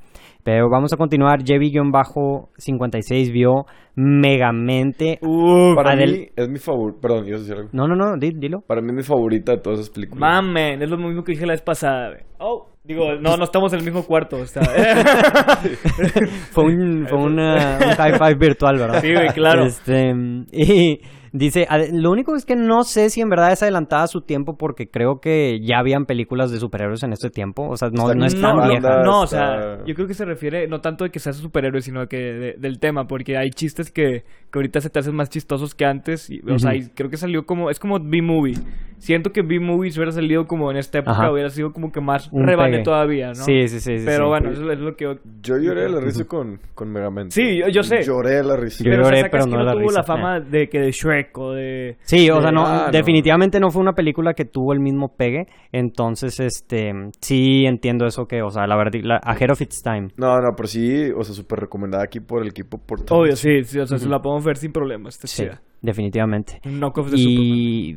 Speaker 1: Pero vamos a continuar, Jevi-56 vio Megamente.
Speaker 2: Uh,
Speaker 3: Para
Speaker 1: Adel-
Speaker 3: mí es mi favorito. Perdón, ibas a decir algo.
Speaker 1: No, no, no, di- dilo.
Speaker 3: Para mí es mi favorita de todas esas películas.
Speaker 2: mamen, es lo mismo que dije la vez pasada. güey. Oh, digo, no, no estamos en el mismo cuarto. Está.
Speaker 1: Fue un, fue una- un high five virtual, ¿verdad?
Speaker 2: Sí, güey, claro.
Speaker 1: Este, y dice, "Ade- lo único es que no sé si en verdad es adelantada a su tiempo porque creo que ya habían películas de superhéroes en este tiempo, o sea, no,
Speaker 3: Está
Speaker 1: no es tan
Speaker 3: no,
Speaker 1: vieja.
Speaker 3: banda,
Speaker 2: No, o
Speaker 3: está-
Speaker 2: sea, yo creo que se refiere no tanto de que seas un superhéroe, sino que de- del tema, porque hay chistes que, que ahorita se te hacen más chistosos que antes. y, o sea,
Speaker 1: Ujú.
Speaker 2: y creo que salió como, es como B-Movie. Siento que B-Movie si hubiera salido como en esta época,
Speaker 1: Ajá.
Speaker 2: hubiera sido como que más
Speaker 1: Un
Speaker 2: rebane
Speaker 1: pegue.
Speaker 2: todavía, ¿no?
Speaker 1: Sí, sí, sí. sí,
Speaker 2: Pero
Speaker 1: sí.
Speaker 2: bueno, eso es lo que yo...
Speaker 3: Yo lloré la risa con, con Megamente.
Speaker 2: Sí, yo- yo sé.
Speaker 3: Lloré la risa.
Speaker 1: Yo-
Speaker 2: pero,
Speaker 1: lloré,
Speaker 2: sacas
Speaker 1: pero
Speaker 2: que
Speaker 1: no la
Speaker 2: tuvo
Speaker 1: risa. Eh.
Speaker 2: la fama de que de Shrek o de...
Speaker 1: Sí, o
Speaker 3: Sí,
Speaker 1: sea, no,
Speaker 3: ah, no.
Speaker 1: definitivamente no fue una película que tuvo el mismo pegue. Entonces, este, sí entiendo eso que, o sea, la verdad, la, Ahead of Its Time.
Speaker 3: No, no, pero sí, o sea, súper recomendada aquí por el equipo por todo.
Speaker 2: Obvio, sí, sí, o sea, se la podemos ver sin problemas. Está
Speaker 1: Sí,
Speaker 2: chida.
Speaker 1: definitivamente.
Speaker 2: Un knockoff Pues de Superman.
Speaker 1: Y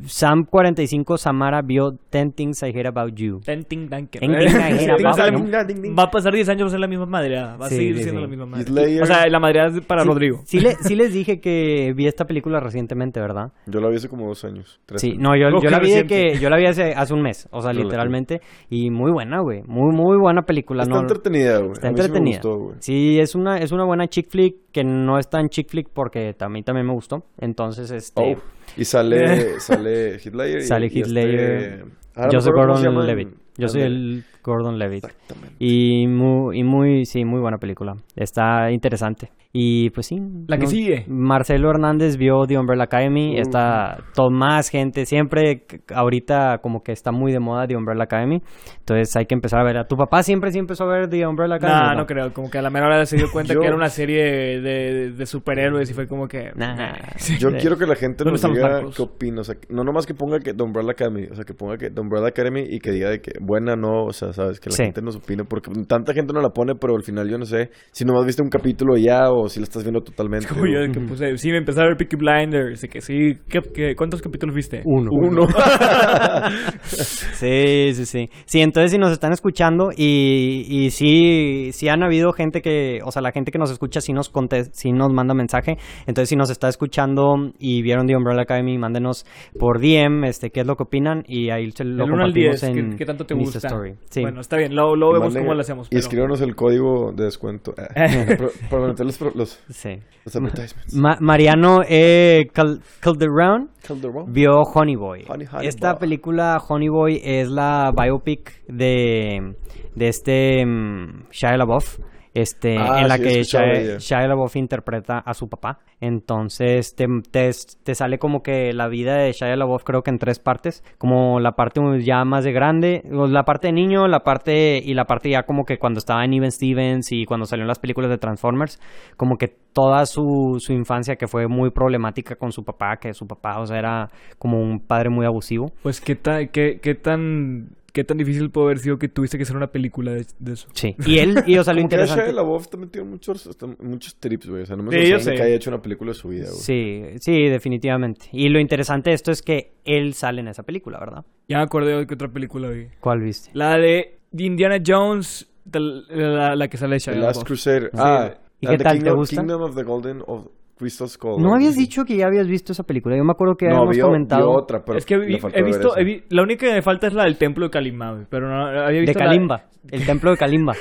Speaker 1: Sam45 Samara vio Ten Things I Hate About You.
Speaker 2: Ten, ting, tan, que-
Speaker 1: Ten, ting, tan, que-
Speaker 2: Sí,
Speaker 1: era-
Speaker 2: va a salir-
Speaker 3: Ding, ding, ding.
Speaker 2: Va a pasar 10 años, va a ser la misma madreada. Va a
Speaker 1: Sí,
Speaker 2: seguir
Speaker 1: sí,
Speaker 2: siendo
Speaker 1: sí.
Speaker 2: la misma
Speaker 3: Y
Speaker 2: madreada.
Speaker 3: Slayer.
Speaker 2: O sea, la madreada es para
Speaker 1: Sí,
Speaker 2: Ah, Rodrigo.
Speaker 1: Sí, le- sí les dije que vi esta película recientemente, ¿verdad?
Speaker 3: Yo la vi hace como dos años. tres
Speaker 1: Sí,
Speaker 3: años.
Speaker 1: no, yo,
Speaker 2: Creo
Speaker 1: yo la
Speaker 2: que
Speaker 1: vi de
Speaker 2: reciente.
Speaker 1: que yo la vi hace, hace un mes, o sea,
Speaker 3: Relativo.
Speaker 1: literalmente y muy buena, güey, muy muy buena película,
Speaker 3: Está
Speaker 1: no-
Speaker 3: entretenida, güey.
Speaker 1: Está
Speaker 3: A mí sí me
Speaker 1: entretenida.
Speaker 3: gustó, güey.
Speaker 1: Sí, es una, es una buena chick flick que no es tan chick flick porque a mí también me gustó. Entonces, este.
Speaker 3: Oh, Y sale, sale Hitler. Y,
Speaker 1: Sale
Speaker 3: y
Speaker 1: Hitler.
Speaker 3: este- Ahora no
Speaker 1: yo soy
Speaker 3: me acuerdo cómo se
Speaker 1: Gordon
Speaker 3: llaman.
Speaker 1: Levitt. Yo soy
Speaker 3: Ándale.
Speaker 1: el Gordon Levitt.
Speaker 3: Exactamente.
Speaker 1: Y muy, y muy, sí, muy buena película. Está interesante. Y pues sí.
Speaker 2: La que sigue.
Speaker 1: Marcelo Hernández vio The Umbrella Academy.
Speaker 3: Uh.
Speaker 1: Está todo más gente. Siempre, c- ahorita como que está muy de moda The Umbrella Academy. Entonces hay que empezar a ver. ¿Tu papá siempre sí empezó a ver The Umbrella
Speaker 2: No,
Speaker 1: Academy? o
Speaker 2: no, creo. Como que a la mera hora se dio cuenta
Speaker 3: Yo-
Speaker 2: que era una serie de, de superhéroes y fue como que.
Speaker 1: Nah.
Speaker 2: Sí.
Speaker 3: Yo
Speaker 1: Sí.
Speaker 3: quiero que la gente
Speaker 2: ¿Dónde
Speaker 3: nos
Speaker 2: están los
Speaker 3: diga
Speaker 2: tacos?
Speaker 3: qué opina. O sea, que- no nomás que ponga que The Umbrella Academy. O sea, que ponga que The Umbrella Academy y que diga de que buena, no. O sea, ¿sabes? Que la
Speaker 1: Sí.
Speaker 3: gente nos opine, porque tanta gente no la pone, pero al final yo no sé si nomás viste un capítulo ya o si la estás viendo totalmente.
Speaker 2: Como yo
Speaker 3: o-
Speaker 2: de que puse, sí, me empecé a ver Peaky Blinders. De que sí, ¿qué, qué- cuántos capítulos viste?
Speaker 4: Uno.
Speaker 3: Uno.
Speaker 1: Sí, sí, sí. Sí, entonces si nos están escuchando y, y sí, sí han habido gente que, o sea, la gente que nos escucha sí nos contes- sí nos manda mensaje. Entonces si nos está escuchando y vieron The Umbrella Academy, mándenos por DM, este, qué es lo que opinan y ahí se lo
Speaker 2: Del 1 al
Speaker 1: compartimos
Speaker 2: 10, ¿qué-
Speaker 1: en
Speaker 2: ¿qué, tanto te
Speaker 1: en Insta
Speaker 2: gusta?
Speaker 1: Story. Sí.
Speaker 2: Bueno, está bien, luego, luego vemos
Speaker 3: Manden-
Speaker 2: cómo lo hacemos.
Speaker 3: Y
Speaker 2: pero-
Speaker 3: escríbanos el código de descuento. Eh, por- por meter los, los,
Speaker 1: sí.
Speaker 3: los advertisements.
Speaker 1: Ma- Mariano eh, Cal- Calderón
Speaker 3: Calderón.
Speaker 1: vio Honey Boy.
Speaker 3: Honey, Honey
Speaker 1: Esta
Speaker 3: Boy.
Speaker 1: película Honey Boy es la biopic de, de este mm, Shia LaBeouf. Este,
Speaker 3: Ah,
Speaker 1: en la
Speaker 3: sí, he
Speaker 1: que
Speaker 3: escuchado de
Speaker 1: Shia,
Speaker 3: ella.
Speaker 1: Shia LaBeouf interpreta a su papá. Entonces te, te- te sale como que la vida de Shia LaBeouf creo que en tres partes. Como la parte ya más de grande, o la parte de niño, la parte y la parte ya como que cuando estaba en Even Stevens y cuando salieron las películas de Transformers. Como que toda su, su infancia que fue muy problemática con su papá, que su papá, o sea, era como un padre muy abusivo.
Speaker 2: Pues, ¿qué, ta- qué, qué tan, ¿qué tan difícil puede haber sido que tuviste que hacer una película de, de eso?
Speaker 1: Sí. Y él, y o sea, lo
Speaker 3: Como que la Shia
Speaker 1: interesante.
Speaker 3: LaBeouf también tiene muchos, hasta muchos trips, güey. O sea, no me
Speaker 2: Sí, yo
Speaker 3: sorprende
Speaker 2: sé.
Speaker 3: que haya hecho una película de su vida, güey.
Speaker 1: Sí, sí, definitivamente. Y lo interesante de esto es que él sale en esa película, ¿verdad?
Speaker 2: Ya me acordé de que otra película vi.
Speaker 1: ¿Cuál viste?
Speaker 2: La de Indiana Jones, de la, la- la que sale
Speaker 3: The
Speaker 2: Shia
Speaker 3: Last
Speaker 2: LaBeouf.
Speaker 3: Crusader. Ah,
Speaker 1: ¿Y
Speaker 3: ah,
Speaker 1: qué
Speaker 3: The
Speaker 1: tal? ¿Te
Speaker 3: Kingdom-
Speaker 1: gusta?
Speaker 3: Kingdom of the Golden of Crystal Skull.
Speaker 1: No
Speaker 3: güey.
Speaker 1: habías dicho que ya habías visto esa película. Yo me acuerdo que habíamos
Speaker 3: vio-
Speaker 1: comentado.
Speaker 3: vio otra, pero
Speaker 2: Es que
Speaker 3: le
Speaker 2: vi-
Speaker 3: faltó
Speaker 2: he
Speaker 3: ver
Speaker 2: visto,
Speaker 3: esa.
Speaker 2: he vi- la única que me falta es la del templo de Kalimba, güey, pero no
Speaker 1: de
Speaker 2: había visto la-
Speaker 1: Kalimba. El templo de Kalimba.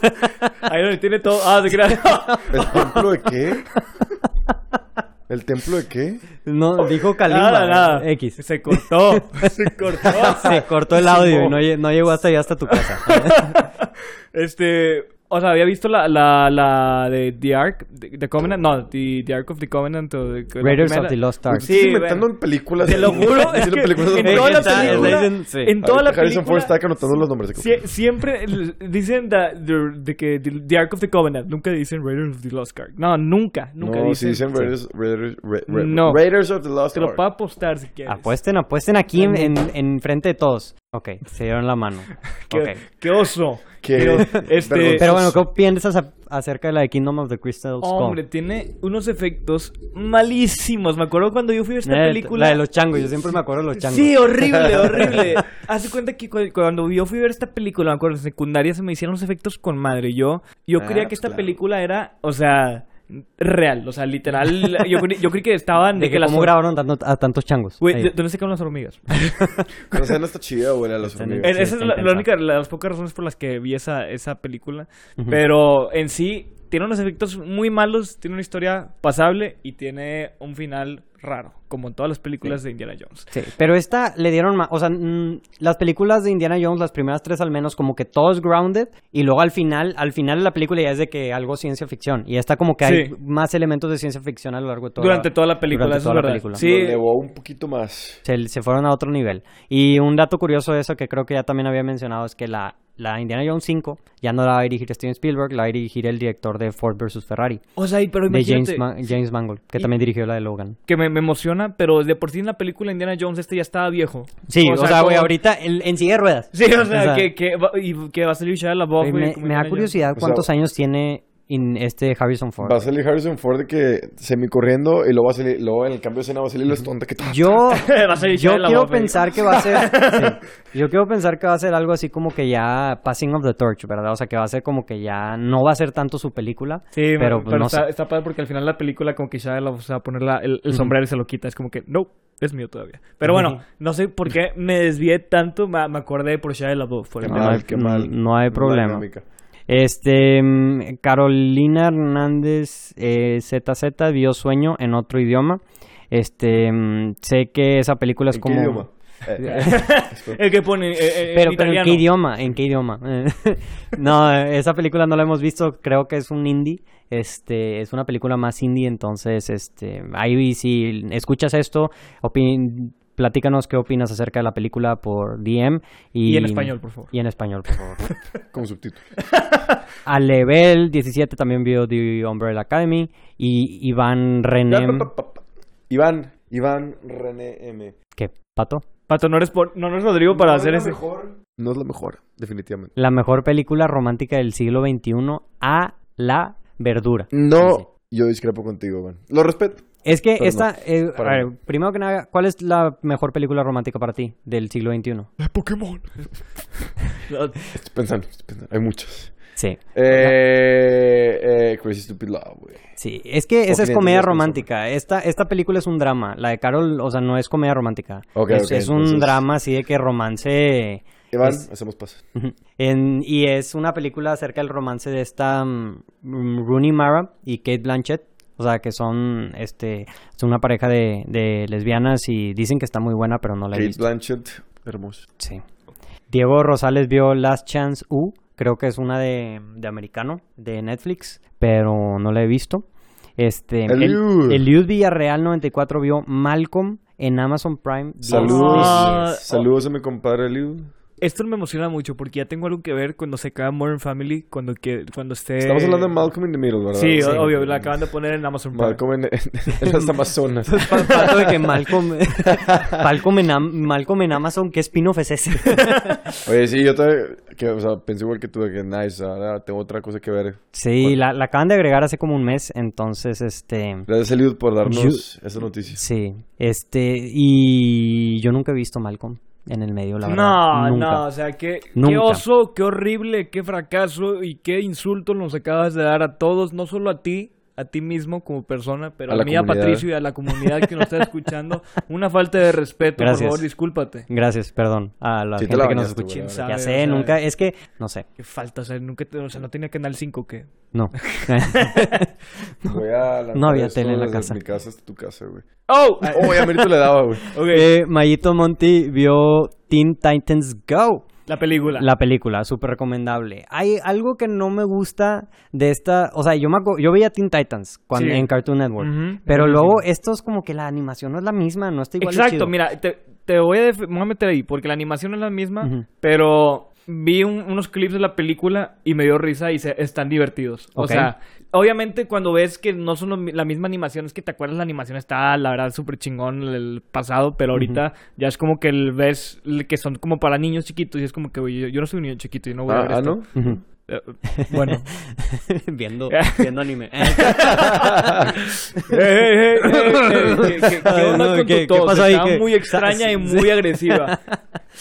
Speaker 2: Ahí donde tiene todo. Ah, te creas.
Speaker 3: ¿El templo de qué? ¿El templo de qué?
Speaker 1: No, dijo Kalimba.
Speaker 2: nada, nada.
Speaker 1: eh, X.
Speaker 2: Se cortó. Se cortó.
Speaker 1: Se cortó el audio y no, lle- no llegó hasta allá, hasta tu casa.
Speaker 2: Este. O sea, había visto la, la, la de The Ark, The, The Covenant, no, The, The Ark of the Covenant o the, la
Speaker 1: Raiders
Speaker 2: primera.
Speaker 1: of the Lost Ark.
Speaker 2: Sí,
Speaker 3: Sí, Pues inventando en películas.
Speaker 2: Te lo juro, es
Speaker 3: Diciendo
Speaker 2: que
Speaker 3: películas de
Speaker 2: en
Speaker 1: donde
Speaker 2: toda la
Speaker 1: está-
Speaker 3: películas,
Speaker 2: película,
Speaker 1: está dicen- sí.
Speaker 2: en toda la
Speaker 3: Ahorita Harrison Ford
Speaker 2: película,
Speaker 3: está anotando los nombres de
Speaker 2: sie-
Speaker 3: cosas.
Speaker 2: siempre el- dicen the, the- de que the, the Ark of the Covenant, nunca dicen Raiders of the Lost Ark. No, nunca, nunca
Speaker 3: no, si
Speaker 2: dicen.
Speaker 3: dicen Raiders, Raiders, Ra- Ra-
Speaker 2: No.
Speaker 3: Raiders of the Lost
Speaker 2: Te lo
Speaker 3: Ark.
Speaker 2: puedo apostar si quieres.
Speaker 1: Apuesten, apuesten aquí en, en, en frente de todos. Ok, se dieron la mano.
Speaker 2: Qué,
Speaker 1: Ok.
Speaker 2: qué oso.
Speaker 3: Qué
Speaker 2: Pero, este,
Speaker 3: vergonzoso.
Speaker 1: Pero bueno, ¿qué piensas a- acerca de la de Kingdom of the Crystal Skull?
Speaker 2: Hombre, tiene unos efectos malísimos. Me acuerdo cuando yo fui a esta
Speaker 1: Eh,
Speaker 2: película.
Speaker 1: La de los changos, yo siempre me acuerdo de los changos.
Speaker 2: Sí, horrible, horrible. Hace cuenta que cu- cuando yo fui a ver esta película, me acuerdo, en secundaria se me hicieron los efectos con madre. Yo, yo
Speaker 3: Ah,
Speaker 2: creía que
Speaker 3: pues
Speaker 2: esta
Speaker 3: claro.
Speaker 2: película era, o sea, real, o sea, literal. yo, cre- yo creí que estaban
Speaker 1: de que
Speaker 2: las
Speaker 1: cómo
Speaker 2: hor-
Speaker 1: grabaron tanto- a tantos changos.
Speaker 2: Güey,
Speaker 1: Ahí.
Speaker 2: ¿de dónde sacaron las hormigas?
Speaker 3: No sé, no está chida, güey, la de las
Speaker 1: Está en el-
Speaker 3: hormigas.
Speaker 2: Eh, Esa
Speaker 1: está
Speaker 2: es la, la
Speaker 1: intensa.
Speaker 2: única, la- las pocas razones por las que vi esa, esa película. Pero en sí, tiene unos efectos muy malos, tiene una historia pasable y tiene un final raro, como en todas las películas de Indiana Jones.
Speaker 1: Sí, pero esta le dieron más, o sea, mm, las películas de Indiana Jones, las primeras tres al menos, como que todo es grounded y luego al final, al final de la película ya es de que algo ciencia ficción y esta como que hay
Speaker 2: Sí.
Speaker 1: más elementos de ciencia ficción a lo largo de toda
Speaker 2: durante toda la película,
Speaker 1: durante
Speaker 2: eso
Speaker 1: toda
Speaker 2: es
Speaker 1: la
Speaker 2: verdad.
Speaker 1: película.
Speaker 3: Lo
Speaker 2: Sí,
Speaker 3: elevó un poquito más.
Speaker 1: se, se fueron a otro nivel. Y un dato curioso de eso que creo que ya también había mencionado es que la, la Indiana Jones 5 ya no la va a dirigir Steven Spielberg, la va a dirigir el director de Ford vs. Ferrari,
Speaker 2: o sea, y- pero
Speaker 1: de
Speaker 2: imagínate.
Speaker 1: James, Ma- James Mangold, que
Speaker 2: Y-
Speaker 1: también dirigió la de Logan.
Speaker 2: que me, me emociona, pero de por sí en la película Indiana Jones este ya estaba viejo.
Speaker 1: Sí, o sea, güey,
Speaker 2: como-
Speaker 1: ahorita en, en silla de ruedas.
Speaker 2: Sí, o sea,
Speaker 1: O sea-
Speaker 2: que, que, va, y que va a salir Shia LaBeouf.
Speaker 1: Güey,
Speaker 2: güey,
Speaker 1: me,
Speaker 2: como
Speaker 1: me da
Speaker 2: Indiana
Speaker 1: curiosidad
Speaker 3: sea-
Speaker 1: cuántos años tiene in- este Harrison Ford.
Speaker 3: Va a salir Harrison Ford de que semicorriendo y luego va a salir, luego en el cambio de escena va a salir la estonta que ta-
Speaker 1: Yo,
Speaker 2: Jones. va a salir
Speaker 1: yo
Speaker 2: Shia
Speaker 1: quiero
Speaker 2: LaBeouf, güey.
Speaker 1: pensar que va a ser. sí, yo quiero pensar que va a ser algo así como que ya Passing of the Torch, ¿verdad? O sea, que va a ser como que ya no va a ser tanto su película.
Speaker 2: Sí, me-
Speaker 1: pero,
Speaker 2: pero,
Speaker 1: pues, no
Speaker 2: está,
Speaker 1: sé.
Speaker 2: está padre porque al final la película como que Shia LaBeouf se va a poner la- el, el sombrero y se lo quita. Es como que, no, es mío todavía. Pero bueno, no sé por qué me desvié tanto. Me, me acordé por Shia LaBeouf. Por
Speaker 3: Qué
Speaker 2: el
Speaker 1: no
Speaker 2: tema.
Speaker 1: hay-
Speaker 3: mal, qué mal.
Speaker 1: no hay
Speaker 3: La
Speaker 1: problema.
Speaker 3: dinámica.
Speaker 1: Este, mm, Carolina Hernández eh, ZZ vio Sueño en otro idioma. Este, mm, sé que esa película es
Speaker 3: ¿En
Speaker 1: como.
Speaker 3: qué idioma? Eh,
Speaker 2: El que pone eh,
Speaker 1: Pero,
Speaker 2: eh, en
Speaker 1: pero ¿en
Speaker 2: italiano.
Speaker 1: qué idioma? ¿En qué idioma? no, eh, esa película no la hemos visto, creo que es un indie. Este, es una película más indie, entonces, este, ahí si escuchas esto, opin- platícanos qué opinas acerca de la película por DM. Y,
Speaker 2: Y en español, por favor.
Speaker 1: Y en español, por favor.
Speaker 3: con subtítulos.
Speaker 1: A Level 17 también vio The Umbrella Academy. Y Iván René.
Speaker 3: Iván, Iván René M.
Speaker 1: ¿Qué? ¿Pato?
Speaker 2: Pato, no eres, por- no eres Rodrigo para hacer
Speaker 3: la
Speaker 2: ese.
Speaker 3: mejor No es la mejor, definitivamente.
Speaker 1: La mejor película romántica del siglo XXI a la verdura.
Speaker 3: No, yo discrepo contigo, güey. Lo respeto.
Speaker 1: Es que
Speaker 3: Pero pues no,
Speaker 1: esta, eh, a
Speaker 3: para
Speaker 1: ver, primero que nada, ¿cuál es la mejor película romántica para ti del siglo XXI?
Speaker 2: Pokémon.
Speaker 3: Estoy pensando, estoy pensando. Hay muchas.
Speaker 1: Sí,
Speaker 3: Eh, eh, Crazy Stupid Love, güey.
Speaker 1: sí. Es que esa es
Speaker 3: Confidente,
Speaker 1: comedia
Speaker 3: Dios,
Speaker 1: romántica. Esta, esta película es un drama. La de Carol, o sea, no es comedia romántica.
Speaker 3: Ok,
Speaker 1: es,
Speaker 3: ok,
Speaker 1: es un
Speaker 3: entonces-
Speaker 1: drama así de que romance...
Speaker 3: Iván,
Speaker 1: Es-
Speaker 3: hacemos paz.
Speaker 1: Ujú. En- y es una película acerca del romance de esta mm, mm, Rooney Mara y Kate Blanchett. O sea, que son este son una pareja de, de lesbianas y dicen que está muy buena, pero no la he
Speaker 3: Kate
Speaker 1: visto.
Speaker 3: Blanchett, hermoso.
Speaker 1: Sí. Diego Rosales vio Last Chance U, creo que es una de, de americano, de Netflix, pero no la he visto. Este, el,
Speaker 3: Eliud.
Speaker 1: Eliud Villarreal 94 vio Malcolm en Amazon Prime. diez
Speaker 3: Saludos.
Speaker 1: de diez.
Speaker 3: Saludos a mi compadre Liu.
Speaker 1: Eh,
Speaker 2: Esto me emociona mucho porque ya tengo algo que ver cuando se acaba Modern Family, cuando, que, cuando esté...
Speaker 3: Estamos hablando de Malcolm in the Middle, ¿verdad?
Speaker 2: Sí, o- obvio, la acaban de poner en Amazon Prime.
Speaker 3: Malcolm en, en las Amazonas.
Speaker 1: Fal- Falto de que Malcolm, Malcolm, en Am- Malcolm en Amazon, ¿qué spin-off es ese?
Speaker 3: Oye, sí, yo también, que, o sea, pensé igual que tú, de que nice, ahora tengo otra cosa que ver.
Speaker 1: Sí, la, la acaban de agregar hace como un mes, entonces, este...
Speaker 3: Gracias, Eliud, por darnos esa noticia.
Speaker 1: Sí, este... Y yo nunca he visto Malcolm en el medio, la verdad.
Speaker 2: No,
Speaker 1: nunca.
Speaker 2: no, o sea, qué, qué
Speaker 1: Nunca.
Speaker 2: oso, qué horrible, qué fracaso y qué insulto nos acabas de dar a todos, no solo a ti, a ti mismo como persona, pero
Speaker 3: A
Speaker 2: a,
Speaker 3: la
Speaker 2: mí, a
Speaker 3: comunidad.
Speaker 2: Patricio y a la comunidad que nos está escuchando. Una falta de respeto,
Speaker 1: Gracias.
Speaker 2: por favor, discúlpate.
Speaker 1: Gracias, perdón, a la
Speaker 3: Sí te
Speaker 1: gente
Speaker 3: la
Speaker 1: que nos
Speaker 3: bañaste,
Speaker 1: escucha.
Speaker 3: güey, la
Speaker 2: verdad.
Speaker 1: Ya
Speaker 2: Sabe,
Speaker 1: sé,
Speaker 2: o sea-
Speaker 1: nunca... Es que, no sé,
Speaker 2: Qué falta, o sea, nunca, te- o sea, no tenía Canal 5 que...
Speaker 1: no.
Speaker 3: Voy a lanzar
Speaker 1: No había
Speaker 3: esto
Speaker 1: tele en la
Speaker 3: desde
Speaker 1: casa.
Speaker 3: mi casa hasta tu casa, güey.
Speaker 2: ¡Oh!
Speaker 3: Oh, ya merito le daba, güey.
Speaker 2: Ok,
Speaker 1: Eh, Mayito Monti vio Teen Titans Go.
Speaker 2: la película.
Speaker 1: La película, súper recomendable. Hay algo que no me gusta de esta. O sea, yo me acu- yo veía Teen Titans cuando,
Speaker 2: Sí.
Speaker 1: en Cartoon Network.
Speaker 2: Ujú,
Speaker 1: Pero
Speaker 2: buenísimo.
Speaker 1: luego, esto es como que la animación no es la misma, no está igual. de
Speaker 2: Exacto,
Speaker 1: chido.
Speaker 2: mira, te, te voy, a def- me voy a meter ahí, porque la animación no es la misma,
Speaker 1: Ujú.
Speaker 2: pero vi un- unos clips de la película y me dio risa y se, están divertidos. O
Speaker 1: Ok.
Speaker 2: sea, obviamente cuando ves que no son lo mi- la misma animación, es que te acuerdas la animación está, la verdad, súper chingón el pasado, pero ahorita ya es como que el- ves el que son como para niños chiquitos y es como que, oye, yo, yo no soy un niño chiquito, yo no voy a
Speaker 3: Ah,
Speaker 2: ver
Speaker 3: ah,
Speaker 2: esto.
Speaker 3: ¿no?
Speaker 1: Ujú.
Speaker 2: Eh, bueno.
Speaker 1: viendo, viendo anime.
Speaker 2: Ey, ey, ey, ey, ey, ¿Qué, qué- qué
Speaker 1: Ay,
Speaker 2: onda
Speaker 1: no,
Speaker 2: con tu
Speaker 1: ¿qué- qué
Speaker 2: tos?
Speaker 1: pasó ahí?
Speaker 2: Está
Speaker 1: ¿Qué?
Speaker 2: muy extraña y muy agresiva.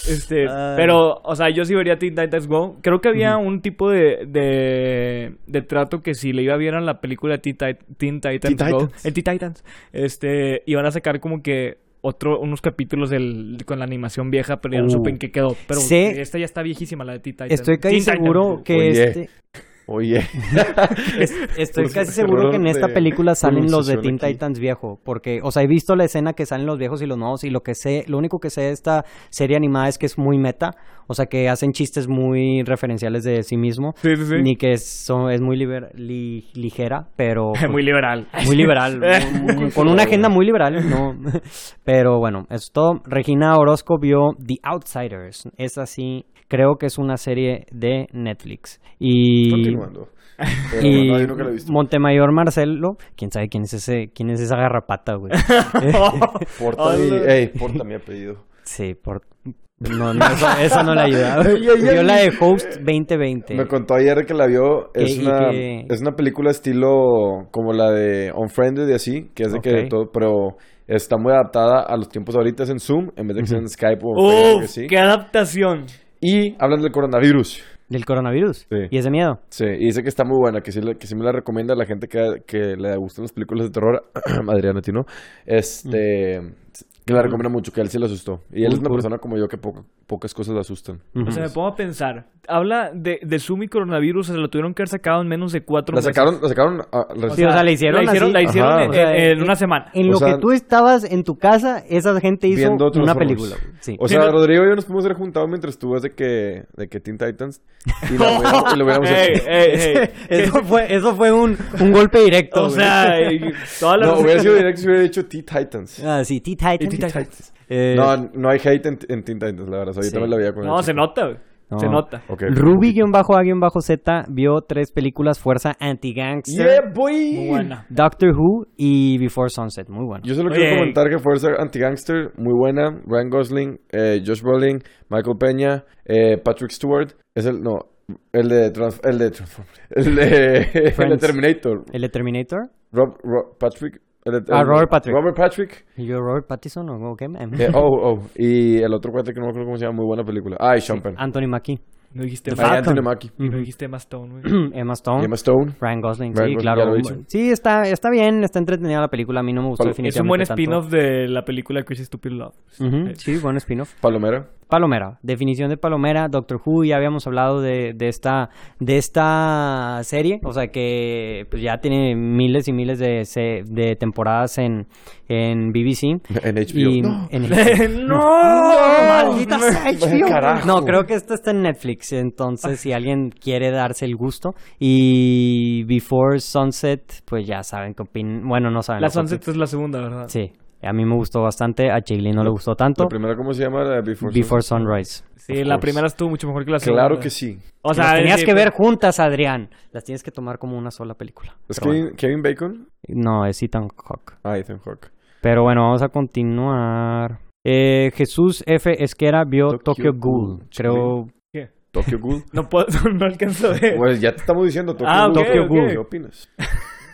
Speaker 2: Este,
Speaker 1: Ay.
Speaker 2: pero, o sea, yo sí vería Teen Titans Go. Creo que había un tipo de, de, de trato que si le iba a ver a la película Teen, Tit- Teen Titans
Speaker 3: Teen
Speaker 2: Go,
Speaker 3: Titans.
Speaker 2: el Teen Titans, este, iban a sacar como que otro, unos capítulos del, con la animación vieja, pero ya no
Speaker 1: Uh.
Speaker 2: supe en qué quedó. Pero
Speaker 1: Sé-
Speaker 2: esta ya está viejísima, la de Teen Titans.
Speaker 1: Estoy casi
Speaker 2: Teen Titans
Speaker 1: seguro
Speaker 2: Go.
Speaker 1: que
Speaker 3: Oye.
Speaker 1: este.
Speaker 3: Oye.
Speaker 1: Es- estoy
Speaker 3: Por
Speaker 1: casi
Speaker 3: su
Speaker 1: seguro que en
Speaker 3: error
Speaker 1: esta
Speaker 3: de
Speaker 1: película salen los de Teen
Speaker 3: pronunciación aquí.
Speaker 1: Titans viejo, porque, o sea, he visto la escena que salen los viejos y los nuevos y lo que sé, lo único que sé de esta serie animada es que es muy meta, o sea, que hacen chistes muy referenciales de sí mismo,
Speaker 2: Sí, sí, sí.
Speaker 1: ni que es, son- es muy liber- li- ligera, pero
Speaker 2: Muy liberal.
Speaker 1: muy liberal, muy- muy- con una agenda muy liberal, no, pero bueno, eso es todo. Regina Orozco vio The Outsiders, es así, creo que es una serie de Netflix y
Speaker 3: Continuando. Pero
Speaker 1: y
Speaker 3: no, yo nunca la he visto.
Speaker 1: Montemayor Marcelo, quién sabe quién es ese, quién es esa garrapata, güey.
Speaker 3: Porta
Speaker 2: Hola.
Speaker 3: mi, ey, porta mi apellido.
Speaker 1: sí, por no, no eso, eso no le ayuda.
Speaker 3: Ay, ay, ay.
Speaker 1: Vio la de Host 2020.
Speaker 3: Me contó ayer que la vio. Es
Speaker 1: ¿Qué- y
Speaker 3: una,
Speaker 1: qué?
Speaker 3: es una película estilo como la de Unfriended y así, que es de que
Speaker 1: Ok.
Speaker 3: todo, pero está muy adaptada a los tiempos ahorita, es en Zoom, en vez de que sea en Skype o Facebook,
Speaker 2: Uf,
Speaker 3: así.
Speaker 2: qué adaptación.
Speaker 3: Y hablan del coronavirus.
Speaker 1: Del coronavirus.
Speaker 3: Sí.
Speaker 1: Y ese miedo.
Speaker 3: Sí, y dice que está muy buena, que sí, le- que sí me la recomienda a la gente que, que le gustan las películas de terror. Adriana, a ti no. Este.
Speaker 1: Mm.
Speaker 3: Que la recomienda mucho, que a él sí le asustó. Y él
Speaker 1: Cool,
Speaker 3: es una
Speaker 1: cool.
Speaker 3: persona como yo que poco- pocas cosas le asustan.
Speaker 1: Ujú.
Speaker 2: O sea, me pongo a pensar. Habla de, de Zoom y coronavirus, se lo tuvieron que haber sacado en menos de cuatro
Speaker 3: La
Speaker 2: meses.
Speaker 3: sacaron, la sacaron. ah, la-
Speaker 1: Sí, o sea, la hicieron
Speaker 2: La hicieron,
Speaker 1: así.
Speaker 2: la hicieron
Speaker 3: Ajá.
Speaker 2: en,
Speaker 1: O sea,
Speaker 2: en
Speaker 1: eh,
Speaker 2: una semana.
Speaker 1: en
Speaker 3: o
Speaker 1: lo
Speaker 3: sea,
Speaker 1: que tú estabas en tu casa, esa gente hizo
Speaker 3: viendo
Speaker 1: una
Speaker 3: Transformers.
Speaker 1: película. güey. Sí.
Speaker 3: O
Speaker 2: Sí,
Speaker 3: sea,
Speaker 2: no-
Speaker 3: Rodrigo y yo nos pudimos haber juntado mientras tú ves de que, de que Teen Titans y lo hubiéramos, y lo hubiéramos
Speaker 2: Ey,
Speaker 3: hecho.
Speaker 2: ey, ey.
Speaker 1: eso fue eso fue un, un golpe directo.
Speaker 2: O
Speaker 1: güey.
Speaker 2: sea, eh, todas las-
Speaker 3: No, hubiera sido directo si hubiera dicho Teen Titans.
Speaker 1: Ah, sí, Teen Titans.
Speaker 3: Teen Titans.
Speaker 1: Eh,
Speaker 3: No, no hay hate en, en Teen Titans, la verdad. O sea, yo
Speaker 1: Sí.
Speaker 3: también la veía con
Speaker 2: No,
Speaker 3: el
Speaker 2: se
Speaker 3: chico.
Speaker 2: nota. güey. Se
Speaker 1: No.
Speaker 2: nota.
Speaker 3: Ok.
Speaker 1: Ruby-A-Z vio tres películas, Fuerza Anti-Gangster,
Speaker 3: Yeah, boy.
Speaker 2: Muy buena.
Speaker 1: Doctor Who y Before Sunset. Muy bueno.
Speaker 3: Yo solo
Speaker 2: Oye.
Speaker 3: quiero comentar que Fuerza Anti-Gangster, muy buena. Ryan Gosling, eh, Josh Brolin, Michael Peña, eh, Patrick Stewart. Es el, no, el de, Trans- el de, Transform- el de, el de
Speaker 1: Friends.
Speaker 3: Terminator.
Speaker 1: ¿El de Terminator?
Speaker 3: Rob, Rob- Patrick. el de-
Speaker 1: Ah,
Speaker 3: el-
Speaker 1: Robert Patrick.
Speaker 3: Robert Patrick.
Speaker 1: ¿Y yo Robert Pattinson o o qué?
Speaker 3: Eh, oh, oh. Y el otro cuate que no me acuerdo cómo se llama, muy buena película. Ah, y Sean Penn.
Speaker 1: Anthony Mackie.
Speaker 2: No dijiste
Speaker 3: Ah, y
Speaker 2: más.
Speaker 1: Falcon.
Speaker 3: Anthony Mackie.
Speaker 2: No dijiste más Stone, güey.
Speaker 1: Emma Stone.
Speaker 3: Emma Stone.
Speaker 1: Ryan Gosling,
Speaker 3: Ryan
Speaker 1: sí,
Speaker 3: Gosling, ya
Speaker 1: claro.
Speaker 3: lo he dicho.
Speaker 1: Sí, está, está bien, está entretenida la película. A mí no me gustó
Speaker 3: Palo-
Speaker 2: Es un buen
Speaker 1: definitivamente tanto.
Speaker 2: spin-off de la película Crazy Stupid Love. Eh,
Speaker 1: Ujú, Sí, buen spin-off.
Speaker 3: Palomera.
Speaker 1: Palomera, definición de Palomera, Doctor Who, ya habíamos hablado de, de esta, de esta serie, o sea que pues, ya tiene miles y miles de, se- de temporadas en, en BBC.
Speaker 3: En HBO.
Speaker 1: Y
Speaker 3: No.
Speaker 1: en-
Speaker 2: ¡No!
Speaker 1: ¡Maldita sea, HBO!
Speaker 3: carajo.
Speaker 1: No, creo que esta está en Netflix. Entonces, si alguien quiere darse el gusto. Y Before Sunset, pues ya saben que opin- Bueno, no saben.
Speaker 2: La
Speaker 1: no, porque-
Speaker 2: Sunset es la segunda, ¿verdad?
Speaker 1: Sí. A mí me gustó bastante. A Chigley no le gustó tanto.
Speaker 3: La primera, ¿cómo se llama? La de Before,
Speaker 1: Before Sunrise.
Speaker 2: Sí,
Speaker 3: Of
Speaker 2: la
Speaker 3: course.
Speaker 2: primera estuvo mucho mejor que la segunda.
Speaker 3: Claro que sí.
Speaker 2: O
Speaker 1: Las
Speaker 2: sea,
Speaker 1: tenías
Speaker 2: sí,
Speaker 1: que ver
Speaker 2: pero-
Speaker 1: juntas, Adrián. Las tienes que tomar como una sola película.
Speaker 3: ¿Es
Speaker 1: Pero
Speaker 3: Kevin, Kevin Bacon?
Speaker 1: bueno. No, es Ethan Hawke.
Speaker 3: Ah, Ethan Hawke.
Speaker 1: Pero bueno, vamos a continuar. Eh, Jesús F. Esquera vio
Speaker 3: Tokyo
Speaker 1: Tokyo, Ghoul.
Speaker 3: Ghoul.
Speaker 1: Creo
Speaker 3: Tokyo Ghoul.
Speaker 2: No, puedo, no alcanzo a
Speaker 1: Ah,
Speaker 2: ver.
Speaker 3: Pues ya te estamos diciendo Tokyo
Speaker 2: Ah,
Speaker 3: Ghoul.
Speaker 2: ok,
Speaker 3: Tokyo
Speaker 2: ok.
Speaker 3: Ghoul. ¿Qué opinas?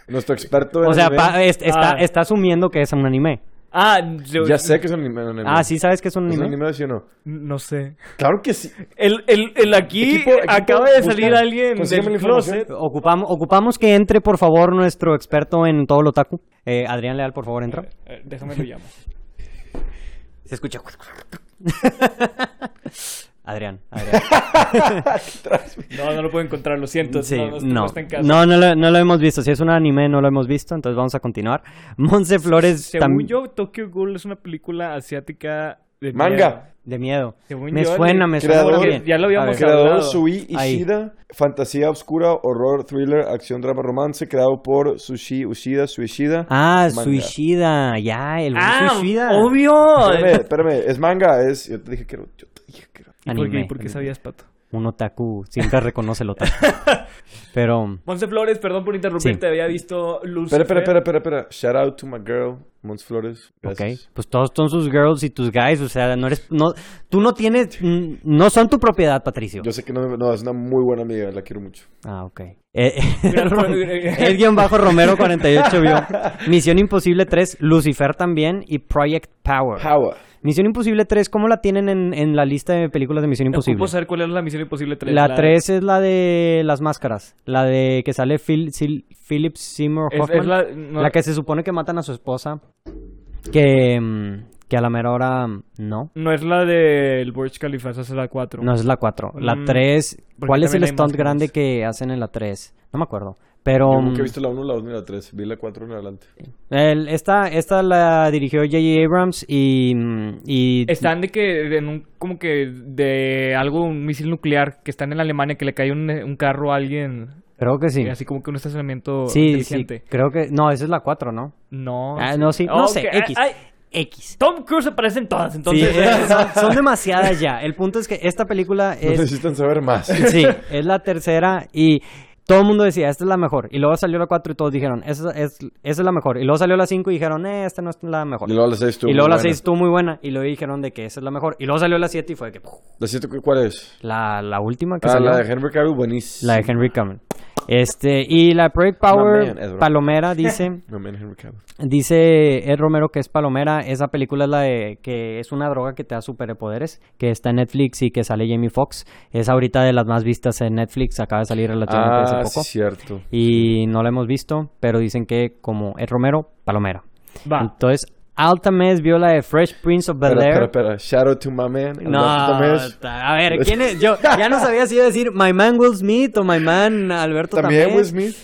Speaker 3: Nuestro experto en
Speaker 1: O sea,
Speaker 3: anime.
Speaker 1: pa- es- está,
Speaker 2: Ah.
Speaker 1: está asumiendo que es un anime.
Speaker 2: Ah, yo-
Speaker 3: Ya sé que es un anime. un anime.
Speaker 1: Ah, sí, ¿sabes que es un
Speaker 3: ¿Es un
Speaker 1: anime?
Speaker 3: anime sí o no?
Speaker 2: No sé.
Speaker 3: Claro que sí.
Speaker 2: El, el, el aquí
Speaker 3: Equipo- equipo,
Speaker 2: acaba de salir
Speaker 3: busca-
Speaker 2: alguien
Speaker 3: consígueme
Speaker 2: del
Speaker 3: la información.
Speaker 2: closet.
Speaker 1: Ocupamos, ocupamos que entre, por favor, nuestro experto en todo lo otaku. Eh, Adrián Leal, por favor, entra.
Speaker 2: Eh, Déjame lo llamo.
Speaker 1: Se escucha. Adrián, Adrián.
Speaker 2: No, no lo puedo encontrar, lo siento.
Speaker 1: Sí,
Speaker 2: no, no, está-
Speaker 1: no,
Speaker 2: no está en casa.
Speaker 1: no, no lo, no lo hemos visto. Si es un anime, no lo hemos visto. Entonces vamos a continuar. Monse Flores
Speaker 2: Según
Speaker 1: también.
Speaker 2: yo, Tokyo Ghoul es una película asiática de miedo.
Speaker 3: Manga.
Speaker 1: De miedo.
Speaker 2: Según
Speaker 1: me
Speaker 2: yo,
Speaker 1: suena,
Speaker 2: el
Speaker 1: me suena.
Speaker 3: creador-
Speaker 1: también.
Speaker 2: Ya lo habíamos
Speaker 1: A ver.
Speaker 3: Creador
Speaker 2: Hablado.
Speaker 3: Sui
Speaker 1: Ahí.
Speaker 3: Ishida, fantasía oscura, horror, thriller, acción, drama, romance, creado por Sushi Ushida, Suishida.
Speaker 1: Ah,
Speaker 3: Manga.
Speaker 1: Suicida. Ya, el buen
Speaker 2: Ah,
Speaker 1: Suicida.
Speaker 2: obvio.
Speaker 3: Espérame, espérame, es manga, es... Yo te dije que era... Yo te dije que era...
Speaker 2: ¿Y por qué,
Speaker 1: Anime,
Speaker 2: y por qué
Speaker 1: anime.
Speaker 2: sabías, Pato?
Speaker 1: Un otaku siempre reconoce el otaku. Pero.
Speaker 2: Monse Flores, perdón por interrumpirte,
Speaker 1: Sí.
Speaker 2: había visto Luz.
Speaker 3: Espera, espera, espera, espera, espera. Shout out to my girl, Mons Flores. Gracias.
Speaker 1: Ok, pues todos son sus girls y tus guys, o sea, no eres, no, tú no tienes, mm, no son tu propiedad, Patricio.
Speaker 3: Yo sé que no, me- no, es una muy buena amiga, la quiero mucho.
Speaker 1: Ah, ok. Eh,
Speaker 2: Gran Ro-
Speaker 1: el guión bajo Romero 48 vio Misión Imposible 3, Lucifer también y Project Power.
Speaker 3: Hawa.
Speaker 1: Misión Imposible 3, ¿cómo la tienen en, en la lista de películas de Misión Imposible?
Speaker 2: Ocupo saber cuál es la Misión Imposible 3.
Speaker 1: La 3 es la de las máscaras, la de que sale Phil, Sil- Philip Seymour
Speaker 2: Es- es
Speaker 1: Hoffman, la,
Speaker 2: la- no-
Speaker 1: que se supone que matan a su esposa, que, mm, que a la mera hora mm, no.
Speaker 2: No es la del Burj Khalifa, esa es la 4.
Speaker 1: No, es la 4. La
Speaker 2: Mm,
Speaker 1: 3.
Speaker 2: porque
Speaker 1: ¿Cuál es
Speaker 2: también
Speaker 1: el
Speaker 2: hay
Speaker 1: stunt
Speaker 2: máscaras.
Speaker 1: grande que hacen en la 3? No me acuerdo. Pero
Speaker 3: Yo nunca he
Speaker 1: mm,
Speaker 3: visto la 1, la 2 ni la 3. Vi la 4 en adelante.
Speaker 1: el- esta, esta la dirigió J.J. Abrams y, mm, y
Speaker 2: Están de que en un como que de algo un misil nuclear que están en Alemania que le cae un, un carro a alguien
Speaker 1: creo que sí.
Speaker 2: así como que un estacionamiento
Speaker 1: Sí, sí,
Speaker 2: inteligente.
Speaker 1: creo que no, esa es la 4, ¿no?
Speaker 2: No.
Speaker 1: Ah, no, sí, no
Speaker 2: Ok,
Speaker 1: sé,
Speaker 2: ay,
Speaker 1: X.
Speaker 2: ay,
Speaker 1: X.
Speaker 2: Tom Cruise aparece en todas,
Speaker 1: Sí,
Speaker 2: entonces. eh,
Speaker 1: son, son demasiadas ya. El punto es que esta película
Speaker 3: No
Speaker 1: es
Speaker 3: necesitan saber más.
Speaker 1: Sí, es la tercera y todo el mundo decía, esta es la mejor. Y luego salió la 4 y todos dijeron, esa es, esa es la mejor. Y luego salió la 5 y dijeron, eh, esta no es la mejor.
Speaker 3: Y luego la 6 tú.
Speaker 1: y luego
Speaker 3: muy
Speaker 1: la
Speaker 3: buena.
Speaker 1: 6 estuvo muy buena y luego dijeron de que esa es la mejor. Y luego salió la 7 y fue de que... ¡puf!
Speaker 3: ¿La 7 cuál es?
Speaker 1: La, la última que
Speaker 3: Ah,
Speaker 1: salió.
Speaker 3: la de Henry Cavill, buenísima.
Speaker 1: la de Henry Cavill. Este, y la Project Power
Speaker 3: No, man, es broma.
Speaker 1: Palomera dice,
Speaker 3: No, man, Henry Cavill.
Speaker 1: dice Ed Romero que es Palomera. Esa película es la de que es una droga que te da superpoderes, que está en Netflix y que sale Jamie Foxx. Es ahorita de las más vistas en Netflix, acaba de salir relativamente hace
Speaker 3: Ah,
Speaker 1: poco.
Speaker 3: sí, cierto.
Speaker 1: Y no la hemos visto, pero dicen que como Ed Romero, Palomera.
Speaker 3: Ah.
Speaker 2: Va.
Speaker 1: Entonces, Altamez vio la de Fresh Prince of Bel
Speaker 3: Espera, espera,
Speaker 1: Air.
Speaker 3: espera. Shout out to my man. I
Speaker 1: No,
Speaker 3: love you, Tamés.
Speaker 1: ta- a ver, ¿quién es? Yo ya no sabía si iba a decir My Man Will Smith o My Man Alberto
Speaker 3: También
Speaker 1: también.
Speaker 3: Will Smith.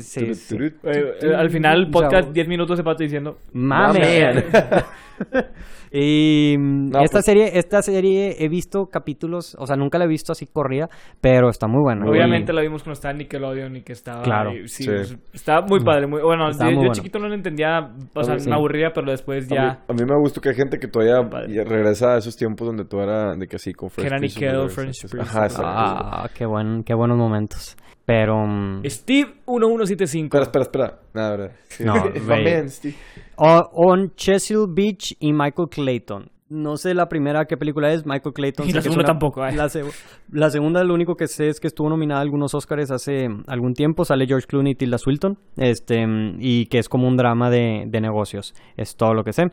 Speaker 1: Sí, sí,
Speaker 3: Turu,
Speaker 1: sí.
Speaker 3: turu, turu,
Speaker 2: Eh, eh,
Speaker 3: turu.
Speaker 2: al final,
Speaker 1: Ya,
Speaker 2: podcast
Speaker 1: güey.
Speaker 2: 10 minutos de pato diciendo.
Speaker 1: Mame. y mm,
Speaker 3: No,
Speaker 1: esta
Speaker 3: pues-
Speaker 1: serie, esta serie he visto capítulos, o sea, nunca la he visto así corrida, pero está muy buena.
Speaker 2: Obviamente la vimos cuando estaba en Nickelodeon y que estaba.
Speaker 1: Claro. Mm.
Speaker 2: y sí,
Speaker 3: Sí.
Speaker 2: pues, estaba muy padre. Muy, bueno,
Speaker 1: Estaba
Speaker 2: yo,
Speaker 1: muy
Speaker 2: yo
Speaker 1: bueno.
Speaker 2: chiquito no lo entendía, o sea,
Speaker 3: Sí.
Speaker 2: me aburría, pero después
Speaker 3: A mí,
Speaker 2: ya.
Speaker 3: a mí me gusta que hay gente que todavía
Speaker 2: Padre.
Speaker 3: ya regresa a esos tiempos donde tú era de que así con Fresh
Speaker 2: Kenan y
Speaker 3: Prince of
Speaker 2: Kel,
Speaker 3: Bel-Air,
Speaker 2: Fresh
Speaker 3: esas-
Speaker 2: Prince
Speaker 3: Ajá,
Speaker 2: of
Speaker 3: exacto.
Speaker 1: Ah, qué, buen, qué buenos momentos. Pero... mm,
Speaker 2: Steve 1175.
Speaker 3: Espera, espera, espera. Nada, verdad. este, Sí.
Speaker 1: No,
Speaker 3: My
Speaker 1: güey.
Speaker 3: man, Steve.
Speaker 1: O- On Chesil Beach y Michael Clayton. No sé la primera qué película es, Michael Clayton.
Speaker 2: Y
Speaker 1: sé
Speaker 2: la
Speaker 1: que es
Speaker 2: segunda
Speaker 1: una-
Speaker 2: tampoco, eh.
Speaker 1: La, seg- la segunda, lo único que sé es que estuvo nominada a algunos Oscars hace algún tiempo. Sale George Clooney y Tilda Swilton. Este, mm, y que es como un drama de, de negocios. Es todo lo que sé.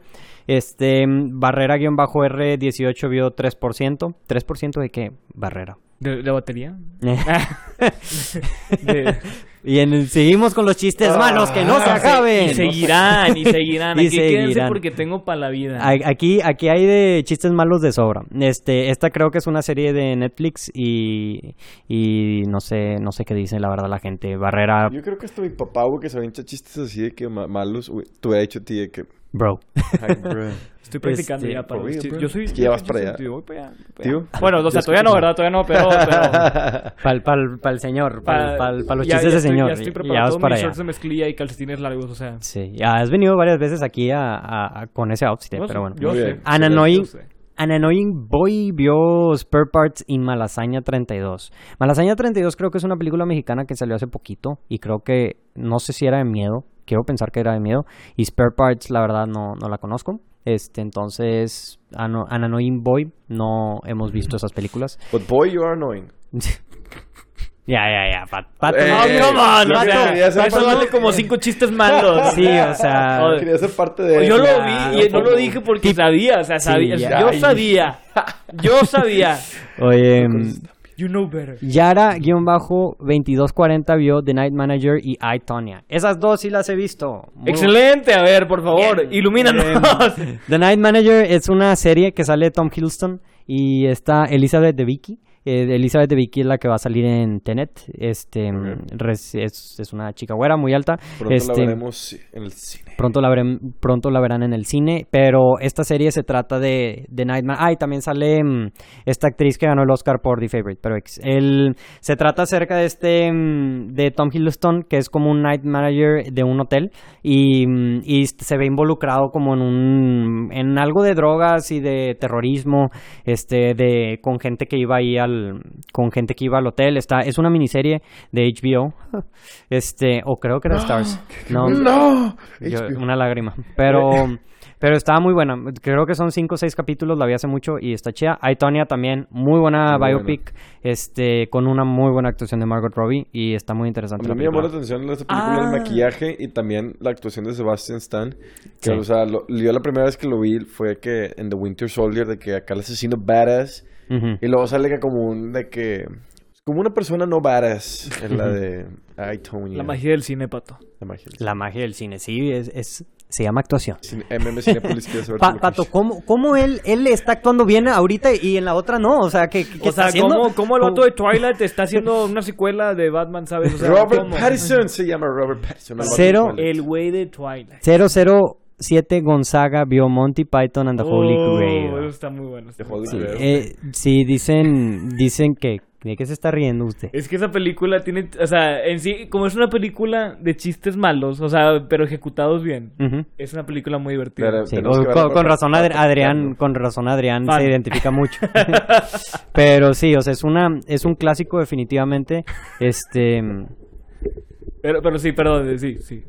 Speaker 1: Este, mm, Barrera-R18 vio 3%. ¿3% de qué? Barrera.
Speaker 2: ¿De, de batería?
Speaker 1: y en el- seguimos con los chistes malos, que no se acaben.
Speaker 2: Ah, Y seguirán, y seguirán.
Speaker 1: Y
Speaker 2: Aquí quédense
Speaker 1: seguirán.
Speaker 2: porque tengo para la vida.
Speaker 1: A- Aquí, aquí hay de chistes malos de sobra. Este, esta creo que es una serie de Netflix y, y no sé, no sé qué dice la verdad la gente. Barrera,
Speaker 3: Yo creo que hasta mi papá, güey, que se hincha chistes así de que ma- malos, güey. Tú he hecho, tío, de que.
Speaker 1: bro.
Speaker 3: Ay, bro.
Speaker 2: Estoy practicando
Speaker 1: Este,
Speaker 2: ya para
Speaker 3: por
Speaker 2: los
Speaker 3: vida,
Speaker 2: chistes.
Speaker 3: bro.
Speaker 2: Yo soy.
Speaker 3: Es que ya vas
Speaker 2: yo
Speaker 3: para
Speaker 2: soy-
Speaker 3: allá.
Speaker 2: yo voy para allá, voy para
Speaker 3: Tío.
Speaker 2: allá. Bueno, o sea,
Speaker 3: Yo
Speaker 2: todavía no, ¿verdad? Todavía no, pero. pero
Speaker 1: Pal, pal, pal señor, pal,
Speaker 2: para-
Speaker 1: pal, pal los
Speaker 2: ya-
Speaker 1: chistes de
Speaker 2: ya estoy-
Speaker 1: señor.
Speaker 2: Ya estoy
Speaker 1: Ya
Speaker 2: preparado.
Speaker 1: vas
Speaker 2: Todos
Speaker 1: para
Speaker 2: mis
Speaker 1: allá.
Speaker 2: shorts de mezclilla y calcetines largos, o sea.
Speaker 1: Sí, ya has venido varias veces aquí a, a- a- con ese outfit,
Speaker 2: yo sé,
Speaker 1: pero bueno.
Speaker 2: pues, Yo
Speaker 3: Muy
Speaker 2: sé.
Speaker 3: bien.
Speaker 1: An
Speaker 2: yo
Speaker 1: annoying-
Speaker 2: sé.
Speaker 1: An Annoying Boy vio Spare Parts y Malasaña 32. Malasaña 32 creo que es una película mexicana que salió hace poquito y creo que no sé si era de miedo. Quiero pensar que era de miedo. Y Spare Parts, la verdad, no, no la conozco. Este, entonces, An, An Annoying Boy, no hemos visto esas películas.
Speaker 3: But boy, you are annoying.
Speaker 1: ya, ya, ya. Pat, Pato,
Speaker 3: Eh,
Speaker 1: no,
Speaker 3: eh,
Speaker 1: no, no,
Speaker 3: yo
Speaker 1: no,
Speaker 3: creo
Speaker 1: no.
Speaker 3: que ya se
Speaker 2: Pato,
Speaker 3: pasó.
Speaker 2: dale como cinco chistes malos.
Speaker 1: Sí, o sea.
Speaker 2: Joder.
Speaker 3: Quería ser parte de
Speaker 2: Yo
Speaker 3: eso.
Speaker 2: lo
Speaker 1: Ya,
Speaker 2: vi y no
Speaker 1: como-
Speaker 2: lo dije porque sabía, o sea, sabía.
Speaker 1: ya.
Speaker 2: yo
Speaker 3: Ay.
Speaker 2: sabía. Yo sabía.
Speaker 1: Oye. mm,
Speaker 2: You know better.
Speaker 1: Yara-2240 vio The Night Manager y I, Tonya. Esas dos sí las he visto. Muy-
Speaker 2: Excelente, a ver, por favor, ilumínanos.
Speaker 1: The Night Manager es una serie que sale Tom Hiddleston y está Elizabeth de Vicky. Eh, Elizabeth de Vicky es la que va a salir en Tenet. Este
Speaker 3: Ok.
Speaker 1: res- es, es una chica güera muy alta.
Speaker 3: Pronto
Speaker 1: Este,
Speaker 3: la veremos en el cine.
Speaker 1: Pronto la, verem- pronto la verán en el cine, pero esta serie se trata de, de Nightman. Ah, y también sale mm, esta actriz que ganó el Oscar por The Favorite, pero ex- el- se trata acerca de este, mm, de Tom Hiddleston, que es como un night manager de un hotel y, mm, y se ve involucrado como en un, en algo de drogas y de terrorismo, este, de, con gente que iba ahí al, con gente que iba al hotel. Está, es una miniserie de HBO, este, o creo que era Stars. No,
Speaker 3: Mm. ¡No!
Speaker 1: yo-
Speaker 3: HBO.
Speaker 1: una lágrima. Pero, pero estaba muy buena. Creo que son cinco o seis capítulos, la vi hace mucho y está chida. Ay, Tonya también, muy buena
Speaker 3: Muy
Speaker 1: biopic, este, con una muy buena actuación de Margot Robbie y está muy
Speaker 3: A
Speaker 1: interesante.
Speaker 3: mí
Speaker 1: la
Speaker 3: me llamó la
Speaker 1: película.
Speaker 3: atención esta película
Speaker 2: Ah.
Speaker 3: el maquillaje y también la actuación de Sebastian Stan. Que,
Speaker 1: Sí.
Speaker 3: o sea, lo- yo la primera vez que lo vi fue que en The Winter Soldier, de que acá el asesino badass.
Speaker 1: Ujú.
Speaker 3: Y luego sale que como un, de que... Como una persona no badass. Es la de... Ay, Tony.
Speaker 2: La magia del cine, pato.
Speaker 3: La magia.
Speaker 1: La magia del cine, sí, es, es- se llama actuación.
Speaker 3: Cine- MM Cinepolis, quiero saber
Speaker 1: Pa-
Speaker 3: tu
Speaker 1: Pato,
Speaker 3: locación.
Speaker 1: ¿cómo, cómo él, él está actuando bien ahorita y en la otra no? O sea, ¿qué, qué- qué
Speaker 2: O
Speaker 1: está
Speaker 2: sea,
Speaker 1: haciendo?
Speaker 2: ¿cómo, cómo el vato de Twilight está haciendo una secuela de Batman, sabes? O sea,
Speaker 3: Robert
Speaker 2: ¿cómo?
Speaker 3: Pattinson se llama Robert Pattinson. no el
Speaker 1: Cero.
Speaker 3: vato de
Speaker 2: El güey de Twilight.
Speaker 1: 007 Gonzaga vio Monty Python and the Holy
Speaker 2: Oh,
Speaker 1: Grail.
Speaker 2: Eso está muy bueno. está
Speaker 3: The
Speaker 2: muy
Speaker 3: Holy
Speaker 1: Sí,
Speaker 2: padre.
Speaker 3: Grail.
Speaker 1: eh, sí, dicen, dicen que... ¿De qué se está riendo usted?
Speaker 2: Es que esa película tiene, o sea, en sí, como es una película de chistes malos, o sea, pero ejecutados bien,
Speaker 1: Ujú.
Speaker 2: es una película muy divertida.
Speaker 3: Claro.
Speaker 1: Sí,
Speaker 3: Tenemos
Speaker 1: o-
Speaker 3: que
Speaker 1: con,
Speaker 3: verla
Speaker 1: con
Speaker 3: para-
Speaker 1: razón
Speaker 3: para
Speaker 1: Adri- Adrián,
Speaker 3: tocarlo.
Speaker 1: con razón Adrián
Speaker 2: Fan.
Speaker 1: se identifica mucho. Pero sí, o sea, es una es un clásico definitivamente. Este
Speaker 2: Pero, pero sí, perdón, sí, sí.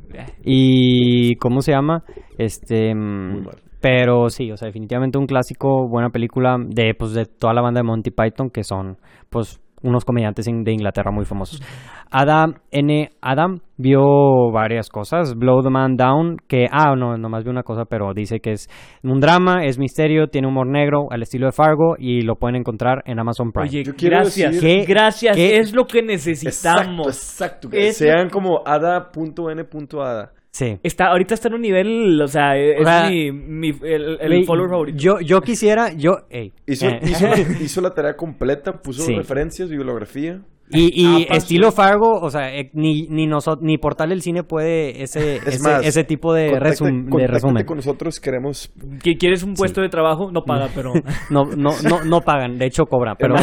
Speaker 1: y ¿cómo se llama? Este
Speaker 3: mal.
Speaker 1: pero sí, o sea, definitivamente un clásico, buena película de pues de toda la banda de Monty Python que son pues unos comediantes in- de Inglaterra muy famosos. Adam N. Adam vio varias cosas. Blow the Man Down, que, ah, no, nomás vio una cosa, pero dice que es un drama, es misterio, tiene humor negro, al estilo de Fargo, y lo pueden encontrar en Amazon Prime.
Speaker 2: Oye,
Speaker 3: Yo quiero
Speaker 2: gracias,
Speaker 1: decir- ¿Qué-
Speaker 2: gracias,
Speaker 1: qué-
Speaker 2: es lo que
Speaker 3: Exacto,
Speaker 2: necesitamos.
Speaker 3: exacto. Que
Speaker 2: Es-
Speaker 3: sean como ada.n.ada.
Speaker 1: sí.
Speaker 2: Está, ahorita está en un nivel, o sea, e-, es
Speaker 1: O sea,
Speaker 2: mi, mi- el, el
Speaker 1: Güey,
Speaker 2: follower favorito.
Speaker 1: Yo, yo quisiera, yo, ey,
Speaker 3: Hizo,
Speaker 1: eh,
Speaker 3: hizo la, hizo la tarea completa, puso
Speaker 1: Sí.
Speaker 3: referencias, bibliografía.
Speaker 1: Y, y
Speaker 2: Ah, pasó.
Speaker 1: estilo Fargo, o sea, eh, ni, ni, noso- ni Portal del Cine puede ese, ese,
Speaker 3: más,
Speaker 1: ese tipo de,
Speaker 3: Contacte-
Speaker 1: resum- de
Speaker 3: contáctate
Speaker 1: resumen.
Speaker 3: con nosotros, queremos...
Speaker 2: Que quieres un puesto de trabajo, no paga, pero.
Speaker 1: No, no, no, no pagan, de hecho cobran, pero...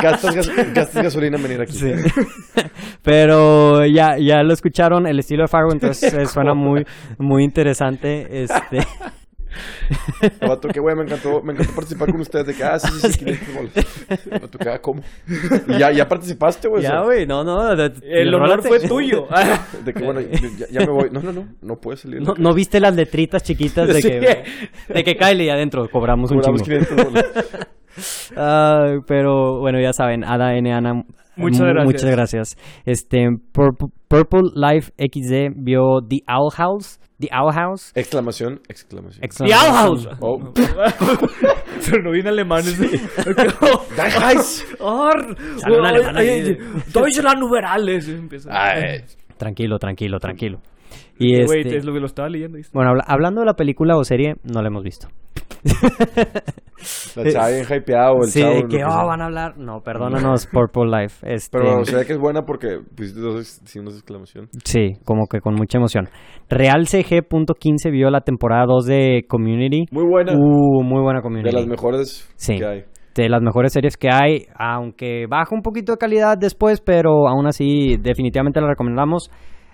Speaker 3: gastas, gas- gastas gasolina en venir aquí.
Speaker 1: Sí. Pero ya, ya lo escucharon, el estilo de Fargo, entonces eh, suena muy, muy interesante. Este,
Speaker 3: Vato, que güey, me encantó, me encantó participar con ustedes. De que, ah, sí, sí, sí, 500 bolas. Vato, que, ah, ¿cómo? Y ya, ya participaste, güey. o
Speaker 1: ya,
Speaker 3: sea,
Speaker 1: güey, no, no. de- de-
Speaker 2: El honor
Speaker 1: rólate.
Speaker 2: fue tuyo.
Speaker 3: De que, bueno, ya, ya me voy. No, no, no, no puedes salir.
Speaker 1: No, no viste las letritas chiquitas de
Speaker 2: Sí.
Speaker 1: que, de que Kylie adentro, cobramos un
Speaker 3: Cobramos
Speaker 1: chingo.
Speaker 3: 500 bolas.
Speaker 1: Ah, pero bueno, ya saben, Ada N. Ana.
Speaker 2: Muchas
Speaker 1: mu-
Speaker 2: gracias.
Speaker 1: Muchas gracias. Este, Purp- Purple Life XD vio The Owl House. The Owl House.
Speaker 3: Exclamación, exclamación.
Speaker 2: ¡The
Speaker 1: Excellent.
Speaker 2: Owl House!
Speaker 3: Oh.
Speaker 2: Pero no viene alemán. ese.
Speaker 3: Dein Heiß.
Speaker 2: Or-
Speaker 1: Sale un alemán
Speaker 2: Ay,
Speaker 1: ahí.
Speaker 2: ay, Deutschland Uberales. Empieza.
Speaker 3: Ay,
Speaker 1: Eh, Tranquilo, tranquilo, tranquilo. Y
Speaker 2: Güey,
Speaker 1: este-
Speaker 2: es lo que lo estaba leyendo. ¿viste?
Speaker 1: Bueno, habla- hablando de la película o serie, no la hemos visto.
Speaker 3: la chava bien hypeado, el
Speaker 1: sí,
Speaker 3: chavo.
Speaker 1: de
Speaker 3: lo
Speaker 1: que,
Speaker 3: sea.
Speaker 1: oh, van a hablar. No, perdónanos, Purple Life. Este,
Speaker 3: Pero o sea que es buena porque pusiste dos, ex- sí, dos exclamación.
Speaker 1: Sí, como que con mucha emoción. Real CG.15 vio la temporada 2 de Community.
Speaker 3: Muy buena.
Speaker 1: Uh, muy buena Community.
Speaker 3: de las mejores
Speaker 1: Sí.
Speaker 3: que hay.
Speaker 1: de las mejores series que hay, aunque baja un poquito de calidad después, pero aún así definitivamente la recomendamos.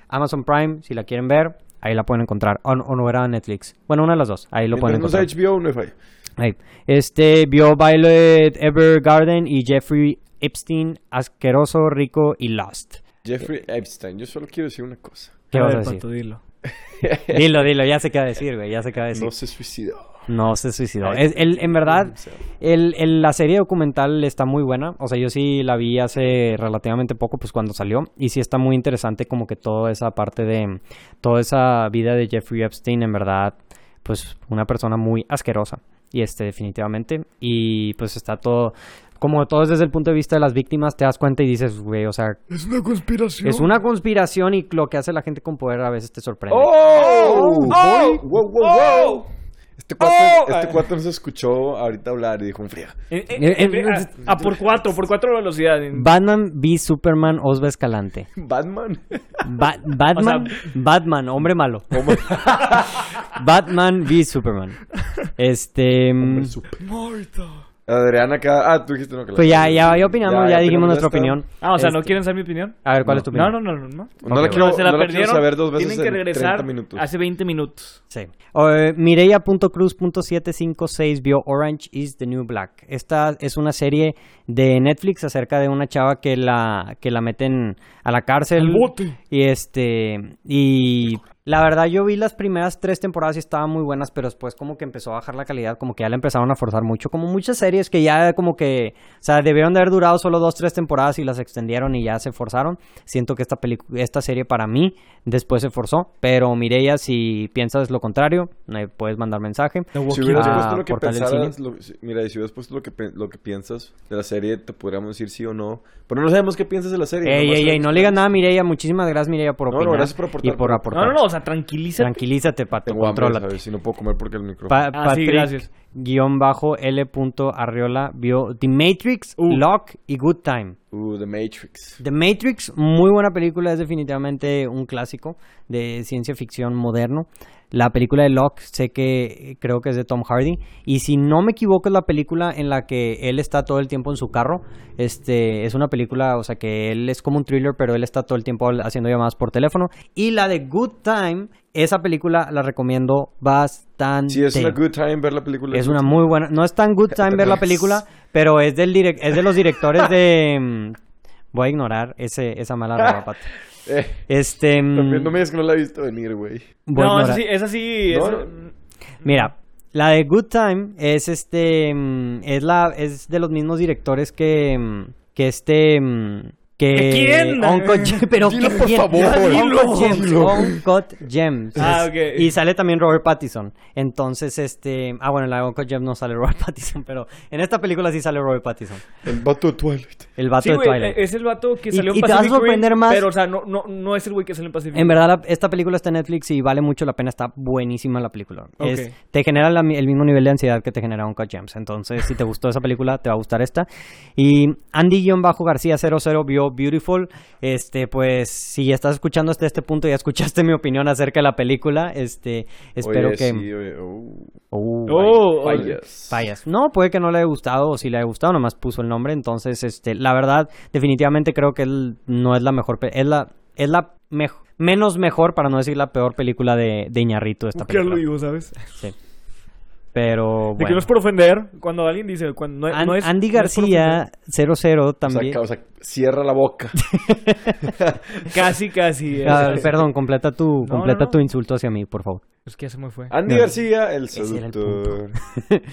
Speaker 1: Amazon Prime, si la quieren ver, ahí la pueden encontrar. O, o no era Netflix. Bueno, una de las dos, ahí lo pueden
Speaker 3: Mientras no sea
Speaker 1: encontrar.
Speaker 3: HBO, no hay falla.
Speaker 1: Ahí. Este vio Violet Evergarden y Jeffrey Epstein, Asqueroso, Rico y Lost.
Speaker 3: Jeffrey Epstein, yo solo quiero decir una cosa.
Speaker 1: ¿Qué
Speaker 2: A
Speaker 1: vas a
Speaker 2: ver,
Speaker 1: decir?
Speaker 2: Pato, dilo.
Speaker 1: Dilo, dilo, ya sé qué va a decir, güey, ya sé qué va a decir.
Speaker 3: No se suicidó.
Speaker 1: No se suicidó. Es- el- en verdad, el, el- la serie documental está muy buena. O sea, yo sí la vi hace relativamente poco, pues cuando salió. Y sí está muy interesante como que toda esa parte de... Toda esa vida de Jeffrey Epstein, en verdad, pues una persona muy asquerosa. Y este, definitivamente. Y pues está todo... Como todo es desde el punto de vista de las víctimas, te das cuenta y dices, güey, o sea,
Speaker 2: Es una conspiración.
Speaker 1: es una conspiración y lo que hace la gente con poder a veces te sorprende.
Speaker 3: ¡Oh!
Speaker 2: ¡Oh!
Speaker 3: ¡Wow, wow, wow!
Speaker 2: ¡Oh!
Speaker 3: Este cuate,
Speaker 2: ¡Oh!
Speaker 3: este cuate nos escuchó ahorita hablar y dijo un fría.
Speaker 2: Eh, eh,
Speaker 1: Eh, eh,
Speaker 2: eh, a, a por cuatro, por cuatro velocidad. en-
Speaker 1: Batman v Superman Osva Escalante.
Speaker 3: Batman.
Speaker 1: Ba- Batman,
Speaker 2: O
Speaker 1: Batman, hombre malo. Batman v Superman. Este. mm,
Speaker 2: Muerto.
Speaker 3: Adriana acá. Ah, tú dijiste no que la-
Speaker 1: Pues ya, ya, ya opinamos, ya, dijimos nuestra
Speaker 3: esta.
Speaker 1: opinión.
Speaker 2: Ah, o sea, ¿no
Speaker 1: Este,
Speaker 2: quieren saber mi opinión?
Speaker 1: A ver, ¿cuál
Speaker 3: No.
Speaker 1: es tu
Speaker 2: No,
Speaker 1: opinión?
Speaker 2: no, no, no. no.
Speaker 3: No la
Speaker 1: Ok,
Speaker 3: quiero,
Speaker 2: Pero se la
Speaker 3: no la quiero
Speaker 2: perdieron.
Speaker 3: saber dos veces
Speaker 2: Tienen que
Speaker 3: en
Speaker 2: regresar
Speaker 3: 30 minutos.
Speaker 2: hace 20 minutos.
Speaker 1: Sí. Eh, Mireia.cruz.756 vio Orange is the New Black. Esta es una serie de Netflix acerca de una chava que la, que la meten a la cárcel.
Speaker 2: Al bote.
Speaker 1: Y este. Y. La verdad, yo vi las primeras tres temporadas y estaban muy buenas, pero después como que empezó a bajar la calidad, como que ya la empezaron a forzar mucho, como muchas series que ya como que, o sea, debieron de haber durado solo dos, tres temporadas y las extendieron y ya se forzaron. Siento que esta película, esta serie para mí después se forzó, pero Mireya, si piensas lo contrario, me puedes mandar mensaje.
Speaker 3: Si hubieras
Speaker 1: Ah,
Speaker 3: puesto lo que
Speaker 1: Portal del
Speaker 3: pensaras, lo- si- mira, y si hubieras puesto lo que, pe- lo que piensas de la serie, te podríamos decir sí o no. Pero no sabemos qué piensas de la serie.
Speaker 1: Ey,
Speaker 3: nomás
Speaker 1: ey, ey,
Speaker 3: sabemos
Speaker 1: no
Speaker 3: que-
Speaker 1: le digas nada a Mireia, muchísimas gracias Mireia por
Speaker 3: No, no,
Speaker 1: opinar
Speaker 3: gracias por aportar,
Speaker 1: y por
Speaker 3: por-
Speaker 1: aportar.
Speaker 2: No, no, no, o sea, tranquilízate.
Speaker 1: Tranquilízate, Pato,
Speaker 3: Tengo hambre,
Speaker 1: contrólate.
Speaker 3: ¿sabes? Si no puedo comer porque el micrófono.
Speaker 1: Pa-
Speaker 2: Ah, sí,
Speaker 1: Patrick
Speaker 2: gracias.
Speaker 1: guión bajo L punto Arriola vio The Matrix,
Speaker 2: Uh.
Speaker 1: Lock y Good Time.
Speaker 3: Uh, The Matrix.
Speaker 1: The Matrix, muy buena película, es definitivamente un clásico de ciencia ficción moderno. La película de Locke, sé que eh, creo que es de Tom Hardy. Y si no me equivoco, es la película en la que él está todo el tiempo en su carro. Este es una película, o sea, que él es como un thriller, pero él está todo el tiempo haciendo llamadas por teléfono. Y la de Good Time, esa película la recomiendo bastante.
Speaker 3: Sí, es una good time ver la película.
Speaker 1: Mm, Es una muy buena. No es tan good time ver la película, pero es del direc- es de los directores de. mm, Voy a ignorar ese, esa mala ropa. Pato.
Speaker 3: Eh,
Speaker 1: Este. mm,
Speaker 3: también no me digas que no la he visto venir, güey.
Speaker 1: voy a
Speaker 2: no, esa
Speaker 1: ignorar.
Speaker 2: sí, esa sí.
Speaker 3: No,
Speaker 2: esa-
Speaker 3: no.
Speaker 1: Mira, la de Good Time es este. mm, Es la. Es de los mismos directores que. mm, que este. mm, que
Speaker 2: quién? Eh,
Speaker 1: Uncut Gem- pero
Speaker 3: Dilo,
Speaker 1: que
Speaker 3: por
Speaker 1: quién.
Speaker 3: favor.
Speaker 1: Uncut Gems,
Speaker 3: Dilo.
Speaker 1: Uncut Gems.
Speaker 2: Ah,
Speaker 1: Es-
Speaker 2: ok.
Speaker 1: Y sale también Robert Pattinson. Entonces, este, ah bueno, en la de Uncut Gems no sale Robert Pattinson, pero en esta película sí sale Robert Pattinson,
Speaker 3: El vato de Twilight.
Speaker 1: el vato
Speaker 2: Sí,
Speaker 1: de
Speaker 2: güey, eh,
Speaker 1: Twilight.
Speaker 2: es el vato que
Speaker 1: Y-
Speaker 2: salió en
Speaker 1: y te vas a
Speaker 2: Pacific Rim,
Speaker 1: sorprender más-
Speaker 2: Pero, o sea, no, no, no es el güey que salió en Pacific
Speaker 1: En verdad, la- esta película está en Netflix y vale mucho la pena. Está buenísima la película.
Speaker 2: Ok.
Speaker 1: Es- te genera la mi- el mismo nivel de ansiedad que te genera Uncut Gems. Entonces, si te gustó esa película, te va a gustar esta. Y Andy-García00 vio Beautiful. Este, pues, si estás escuchando hasta este punto, ya escuchaste mi opinión acerca de la película. Este, espero
Speaker 3: Oye,
Speaker 1: que...
Speaker 3: sí, oye, oh.
Speaker 1: Oh,
Speaker 2: Oh, oye.
Speaker 3: Fallas.
Speaker 1: Fallas. No, puede que no le haya gustado o si le haya gustado, nomás puso el nombre. Entonces, este, la verdad, definitivamente creo que él no es la mejor, pe- es la, es la mej- menos mejor, para no decir la peor película de, de Iñarrito esta
Speaker 2: ¿Qué lo
Speaker 1: película.
Speaker 2: digo, sabes?
Speaker 1: Sí. Pero
Speaker 2: De que
Speaker 1: bueno.
Speaker 2: no es por ofender. Cuando alguien dice... Cuando no,
Speaker 1: An-
Speaker 2: no es,
Speaker 1: Andy
Speaker 2: no es por
Speaker 1: García 00
Speaker 3: O sea,
Speaker 1: también.
Speaker 3: ca- o sea, cierra la boca.
Speaker 2: ofender. Casi, casi. eh,
Speaker 1: Ah,
Speaker 2: o sea,
Speaker 1: perdón, completa tu,
Speaker 2: No,
Speaker 1: completa
Speaker 2: no, no.
Speaker 1: tu insulto hacia mí, por favor.
Speaker 2: Es que ya se me fue.
Speaker 3: Andy
Speaker 1: No.
Speaker 3: García, el
Speaker 1: Ese era el
Speaker 3: seductor.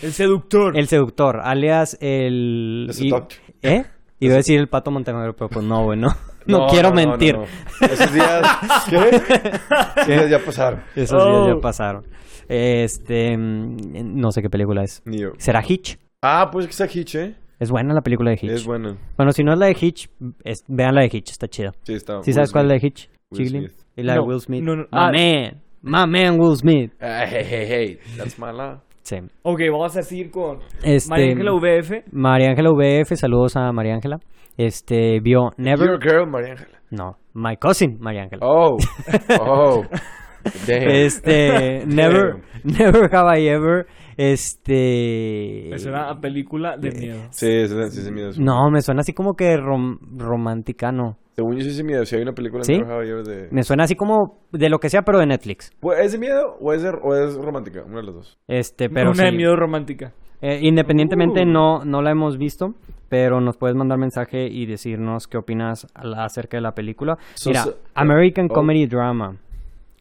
Speaker 2: El seductor.
Speaker 1: El seductor, alias el.
Speaker 3: El
Speaker 1: y-
Speaker 3: seductor.
Speaker 1: ¿Eh? Iba a decir el pato Montenegro, pero pues no, bueno. No,
Speaker 3: No,
Speaker 1: quiero
Speaker 3: no, no,
Speaker 1: mentir.
Speaker 3: no. Esos días. ¿Qué? Esos días ya pasaron.
Speaker 1: Esos días
Speaker 2: Oh.
Speaker 1: ya pasaron. Este. mm, No sé qué película es.
Speaker 3: Ni yo.
Speaker 1: ¿Será Hitch?
Speaker 3: Ah, pues que sea Hitch, ¿eh?
Speaker 1: Es buena la película de Hitch.
Speaker 3: Es bueno.
Speaker 1: Bueno, si no es la de Hitch, es- vean la de Hitch, está chida.
Speaker 3: Sí, está.
Speaker 1: ¿Sí sabes cuál es la de Hitch?
Speaker 3: Will
Speaker 1: Chiglin.
Speaker 3: Smith.
Speaker 1: Y la de
Speaker 2: No,
Speaker 1: Will Smith.
Speaker 2: no, no.
Speaker 1: My
Speaker 2: Ah.
Speaker 1: man. My man, Will Smith.
Speaker 3: Hey, hey, hey. That's my law.
Speaker 1: Sí.
Speaker 2: Ok, vamos a seguir con...
Speaker 1: Este,
Speaker 2: María Ángela VF.
Speaker 1: María Ángela VF, saludos a María Ángela. Este, vio Never.
Speaker 3: Your girl, María Ángela.
Speaker 1: No, My Cousin, María Ángela.
Speaker 3: Oh. eh. Oh. Damn.
Speaker 1: Este, Never, Never Have I Ever. Este.
Speaker 2: Es una película
Speaker 1: eh,
Speaker 2: de miedo.
Speaker 3: Sí, es- sí, sí, sí, miedo.
Speaker 1: No, me suena así como que rom- romántica, no.
Speaker 3: Según yo sí es de miedo. Si hay una película
Speaker 1: ¿Sí?
Speaker 3: en Never Have I Ever de...
Speaker 1: Me suena así como de lo que sea, pero de Netflix.
Speaker 3: Pues, ¿Es de miedo o es, de- o es romántica? Una de las dos.
Speaker 1: Este, pero
Speaker 2: una de
Speaker 1: sí.
Speaker 2: miedo romántica.
Speaker 1: Eh, independientemente
Speaker 2: Uh.
Speaker 1: no, no la hemos visto, pero nos puedes mandar mensaje y decirnos qué opinas a la- acerca de la película.
Speaker 3: So-
Speaker 1: Mira,
Speaker 3: so-
Speaker 1: American
Speaker 3: oh.
Speaker 1: Comedy Drama.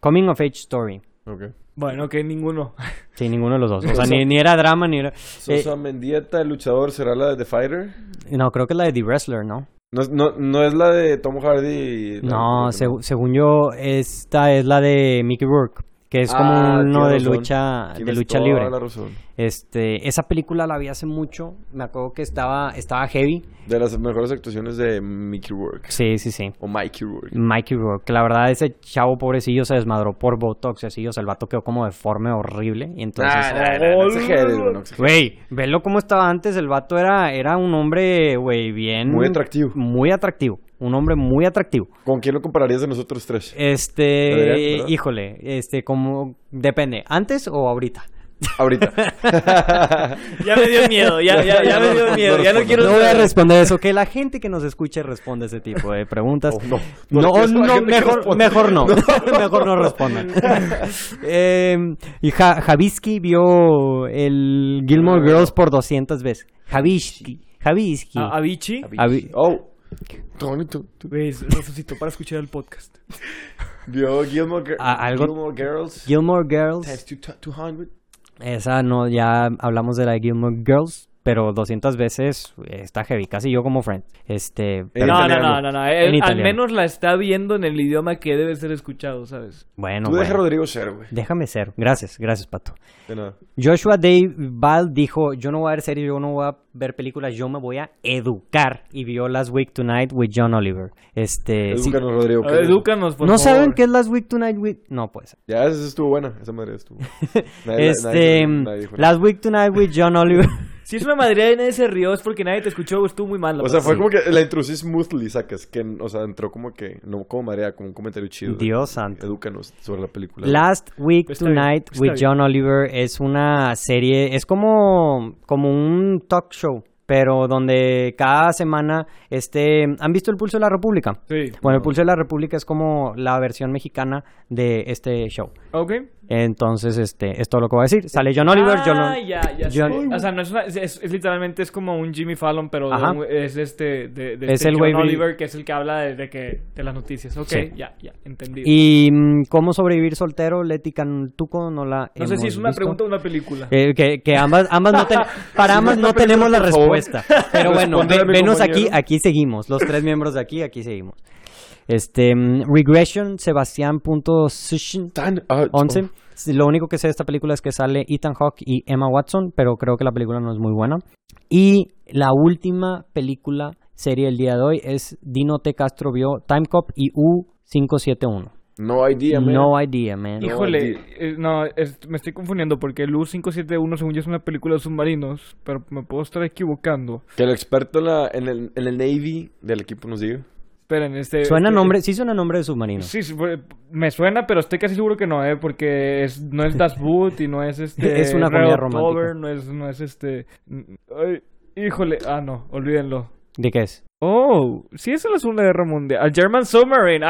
Speaker 1: Coming of Age Story.
Speaker 3: Ok.
Speaker 2: Bueno, que ninguno.
Speaker 1: Sí, ninguno de los dos. O sea,
Speaker 3: So-
Speaker 1: ni, ni era drama ni era...
Speaker 3: Sosa Mendieta, el luchador, ¿será la de The Fighter?
Speaker 1: No, creo que es la de The Wrestler, ¿no?
Speaker 3: No, es- no, no es la de Tom Hardy. y-
Speaker 1: No,
Speaker 3: creo que
Speaker 1: segu- según yo, esta es la de Mickey Rourke, que es como
Speaker 3: Ah,
Speaker 1: uno de
Speaker 3: tienes razón.
Speaker 1: lucha, ah, de
Speaker 3: Tienes
Speaker 1: lucha
Speaker 3: toda
Speaker 1: libre.
Speaker 3: la razón.
Speaker 1: Este, esa película la vi hace mucho, me acuerdo que estaba, estaba heavy.
Speaker 3: De las mejores actuaciones de Mickey Rourke.
Speaker 1: Sí, sí, sí.
Speaker 3: O Mikey Rourke.
Speaker 1: Mikey Rourke, que la verdad ese chavo pobrecillo se desmadró por Botox, y así, o sea, el vato quedó como deforme, horrible, y entonces... oh,
Speaker 3: Nah, nah, nah, Ah, no exageres, güey, no exageres.
Speaker 1: Güey, velo cómo estaba antes, el vato era, era un hombre, güey, bien...
Speaker 3: Muy atractivo.
Speaker 1: Muy atractivo, un hombre muy atractivo.
Speaker 3: ¿Con quién lo compararías de nosotros tres?
Speaker 1: Este,
Speaker 3: Deberías, ¿verdad?
Speaker 1: híjole, este, como, depende, ¿antes o ahorita?
Speaker 3: Ahorita.
Speaker 2: Ya me dio miedo, ya, ya, ya me dio miedo. Ya no quiero...
Speaker 1: No voy a
Speaker 2: saber.
Speaker 1: responder eso, que la gente que nos escuche responde ese tipo de preguntas.
Speaker 3: Oh, no.
Speaker 1: No,
Speaker 3: No,
Speaker 1: no,
Speaker 3: es la gente que
Speaker 1: mejor,
Speaker 3: responde.
Speaker 1: mejor no. mejor no respondan. Eh, y Ja- Javisky vio el Gilmore Girls por 200 veces. Javisky. Javisky.
Speaker 2: A- Avicii.
Speaker 1: Avi-
Speaker 3: oh. Tony, tú- tú-
Speaker 2: Pues, resucitó para escuchar el podcast.
Speaker 3: Vio Gilmore, Gir-
Speaker 1: Ah, algo-
Speaker 3: Gilmore Girls.
Speaker 1: Gilmore Girls.
Speaker 3: Times two- 200.
Speaker 1: Esa no, ya hablamos de la de Gilmore Girls. Pero 200 veces eh, está heavy. Casi yo como friend. Este. pero-
Speaker 3: En
Speaker 2: No, no, no,
Speaker 3: italiano.
Speaker 2: no, no. Él
Speaker 1: En
Speaker 2: al
Speaker 1: italiano.
Speaker 2: menos la está viendo en el idioma que debe ser escuchado, ¿sabes?
Speaker 1: bueno,
Speaker 3: Tú deja a
Speaker 1: bueno.
Speaker 3: Rodrigo ser, güey.
Speaker 1: Déjame ser. Gracias, gracias, Pato.
Speaker 3: De nada.
Speaker 1: Joshua Dave Ball dijo, yo no voy a ver series, yo no voy a ver películas, yo me voy a educar. Y vio Last Week Tonight with John Oliver. Este, sí.
Speaker 3: Edúcanos, Rodrigo.
Speaker 2: A
Speaker 3: ¿qué
Speaker 2: ver,
Speaker 3: es?
Speaker 2: Edúcanos, por
Speaker 1: ¿No
Speaker 2: favor.
Speaker 1: saben qué es Last Week Tonight with...? No, pues.
Speaker 3: Ya, esa estuvo buena. Esa madre estuvo. Nadie-
Speaker 1: Este,
Speaker 3: nadie- nadie dijo nada.
Speaker 1: Last Week Tonight with John Oliver.
Speaker 2: Si es una madre y nadie se rió es porque nadie te escuchó o estuvo muy mal. la
Speaker 3: O sea, fue
Speaker 1: Sí.
Speaker 3: como que la introducí smoothly, sacas. Que, o sea, entró como que, no como marea, como un comentario chido. de-
Speaker 1: Dios santo.
Speaker 3: Edúcanos sobre la película.
Speaker 1: Last Week
Speaker 2: Está bien,
Speaker 1: Tonight
Speaker 2: está
Speaker 1: with
Speaker 2: bien.
Speaker 1: John Oliver es una serie, es como, como un talk show, pero donde cada semana, este, ¿han visto El Pulso de la República?
Speaker 2: verdad. Sí.
Speaker 1: Bueno, pues, El Pulso de la República es como la versión mexicana de este show.
Speaker 2: Ok.
Speaker 1: Entonces, este, es todo lo que voy a decir. Sale John Oliver,
Speaker 2: ah,
Speaker 1: John Ol-
Speaker 2: ya, ya. sé.
Speaker 1: John-
Speaker 2: O sea, no es una... Es, es- es literalmente es como un Jimmy Fallon, pero de
Speaker 1: Ajá.
Speaker 2: un- es este... De, de
Speaker 1: Es
Speaker 2: este
Speaker 1: el
Speaker 2: John
Speaker 1: güey-
Speaker 2: Oliver, que es el que habla de, de que... De las noticias. Ok,
Speaker 1: Sí.
Speaker 2: ya, ya. Entendido.
Speaker 1: Y mm, cómo sobrevivir soltero, Leti Cantuco, no la
Speaker 2: no sé si
Speaker 1: hemos
Speaker 2: es una
Speaker 1: visto.
Speaker 2: pregunta o una película.
Speaker 1: Eh, que, que ambas, ambas no ten- para ambas no tenemos la
Speaker 3: por favor,
Speaker 1: respuesta. Pero bueno,
Speaker 3: Respóndele a
Speaker 1: ve-
Speaker 3: mi
Speaker 1: venos aquí,
Speaker 3: compañero.
Speaker 1: aquí seguimos. Los tres miembros de aquí, aquí seguimos. Este, mm, regression, Sebastián.sushin.
Speaker 3: Tan, ah,
Speaker 1: 11. Lo único que sé de esta película es que sale Ethan Hawke y Emma Watson, pero creo que la película no es muy buena. Y la última película serie del día de hoy es Dino T. Castro vio Time Cop y U571.
Speaker 3: No idea, man.
Speaker 1: No idea, man.
Speaker 3: Hijo-
Speaker 2: Híjole,
Speaker 3: aquí.
Speaker 2: eh, no, es- me estoy confundiendo porque el U571 según yo es una película de submarinos, pero me puedo estar equivocando.
Speaker 3: Que el experto en, la- en el, en el Navy del equipo nos diga.
Speaker 2: Esperen, este...
Speaker 1: Suena
Speaker 2: este-
Speaker 1: nombre, sí suena nombre de submarino.
Speaker 2: Sí, sí, fue- me suena, pero estoy casi seguro que no, ¿eh? Porque es, no es Das Boot y no es este...
Speaker 1: Es una
Speaker 2: Red
Speaker 1: comedia
Speaker 2: October,
Speaker 1: romántica.
Speaker 2: No es, no es este... ay, híjole, ah, no, olvídenlo.
Speaker 1: ¿De qué es?
Speaker 2: Oh, sí, es la Segunda Guerra Mundial. A German Submarine.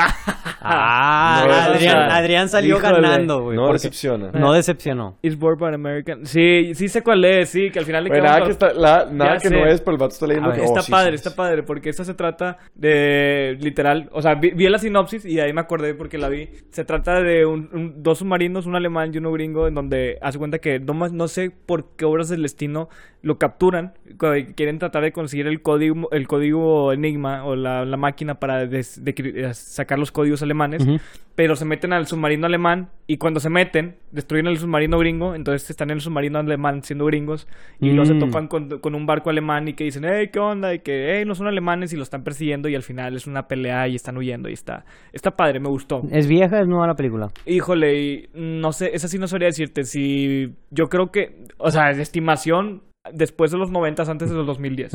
Speaker 1: Ah,
Speaker 3: no,
Speaker 1: Adrián,
Speaker 3: o sea,
Speaker 1: Adrián salió
Speaker 2: híjole,
Speaker 1: ganando, güey.
Speaker 3: No
Speaker 1: porque
Speaker 3: recepciona.
Speaker 1: No decepcionó.
Speaker 2: Is Born by an American. Sí, sí sé cuál es, sí, que al final le
Speaker 3: Güey,
Speaker 2: queda
Speaker 3: nada
Speaker 2: un-
Speaker 3: ah, que, está- la- nada
Speaker 2: Ya
Speaker 3: que
Speaker 2: sé.
Speaker 3: no es, pero el vato está leyendo.
Speaker 1: A ver,
Speaker 3: que, oh,
Speaker 2: Está
Speaker 3: sí,
Speaker 2: padre,
Speaker 3: sí,
Speaker 2: está
Speaker 3: sí.
Speaker 2: padre, porque esta se trata de literal, o sea, vi, vi la sinopsis y de ahí me acordé porque la vi. Se trata de un- un- dos submarinos, un alemán y uno gringo, en donde hace cuenta que no, más- no sé por qué obras del destino lo capturan, cu- quieren tratar de conseguir el código, el código enigma o la, la máquina para des- de- sacar los códigos alemanes
Speaker 1: Ujú.
Speaker 2: pero se meten al submarino alemán y cuando se meten, destruyen el submarino gringo, entonces están en el submarino alemán siendo gringos y luego
Speaker 1: Mm.
Speaker 2: se topan con, con un barco alemán y que dicen, hey, ¿qué onda? Y que, hey, no son alemanes y lo están persiguiendo y al final es una pelea y están huyendo y está, está padre, me gustó.
Speaker 1: ¿Es vieja? ¿Es nueva la película?
Speaker 2: Híjole, y no sé, esa sí no sabría decirte si yo creo que, o sea, es estimación después de los 90, antes de los 2010.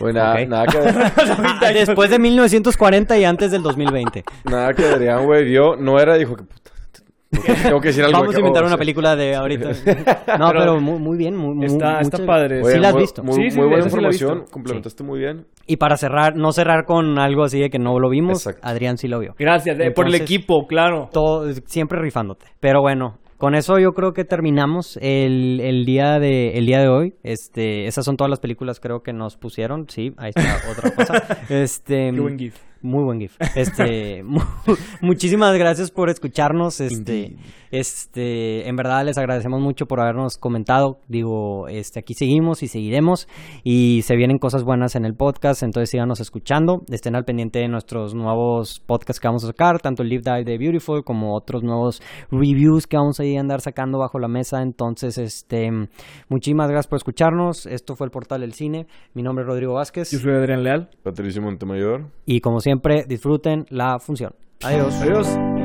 Speaker 3: Güey, nada,
Speaker 1: Ok.
Speaker 3: nada que,
Speaker 1: Ah, Después de 1940 y antes del 2020.
Speaker 3: nada que Adrián, güey, vio. No era, dijo que puta. Tengo que decir algo.
Speaker 1: Vamos a
Speaker 3: que-
Speaker 1: inventar
Speaker 3: oh,
Speaker 1: una
Speaker 3: sí.
Speaker 1: película de ahorita. No, pero, muy, muy bien. Muy, muy-
Speaker 2: Está, está
Speaker 1: muchas-
Speaker 2: padre.
Speaker 3: Oye,
Speaker 1: Sí la has
Speaker 3: muy-
Speaker 1: visto.
Speaker 3: Muy,
Speaker 2: Sí, sí,
Speaker 3: muy buena
Speaker 2: esa sí la he visto.
Speaker 3: información. Complementaste muy bien.
Speaker 1: Y para cerrar, no cerrar con algo así de que no lo vimos,
Speaker 3: Exacto.
Speaker 1: Adrián sí lo vio.
Speaker 2: Gracias, eh, por el
Speaker 1: Entonces-
Speaker 2: equipo, claro.
Speaker 1: Todo, siempre rifándote. Pero bueno, con eso yo creo que terminamos el, el día, de, el día de hoy. Este, esas son todas las películas creo que nos pusieron. Sí, ahí está otra cosa. Este,
Speaker 2: Qué buen gif.
Speaker 1: Muy buen GIF. Este, mu- muchísimas gracias por escucharnos. Este, este, en verdad les agradecemos mucho por habernos comentado. Digo, este, aquí seguimos y seguiremos. Y se vienen cosas buenas en el podcast, entonces síganos escuchando. Estén al pendiente de nuestros nuevos podcasts que vamos a sacar, tanto el Live Dive de Beautiful como otros nuevos reviews que vamos a ir a andar sacando bajo la mesa. Entonces, este, muchísimas gracias por escucharnos. Esto fue el Portal del Cine. Mi nombre es Rodrigo Vázquez.
Speaker 2: Yo soy Adrián Leal.
Speaker 3: Patricio Montemayor.
Speaker 1: Y como siempre, disfruten la función. Adiós.
Speaker 2: Adiós.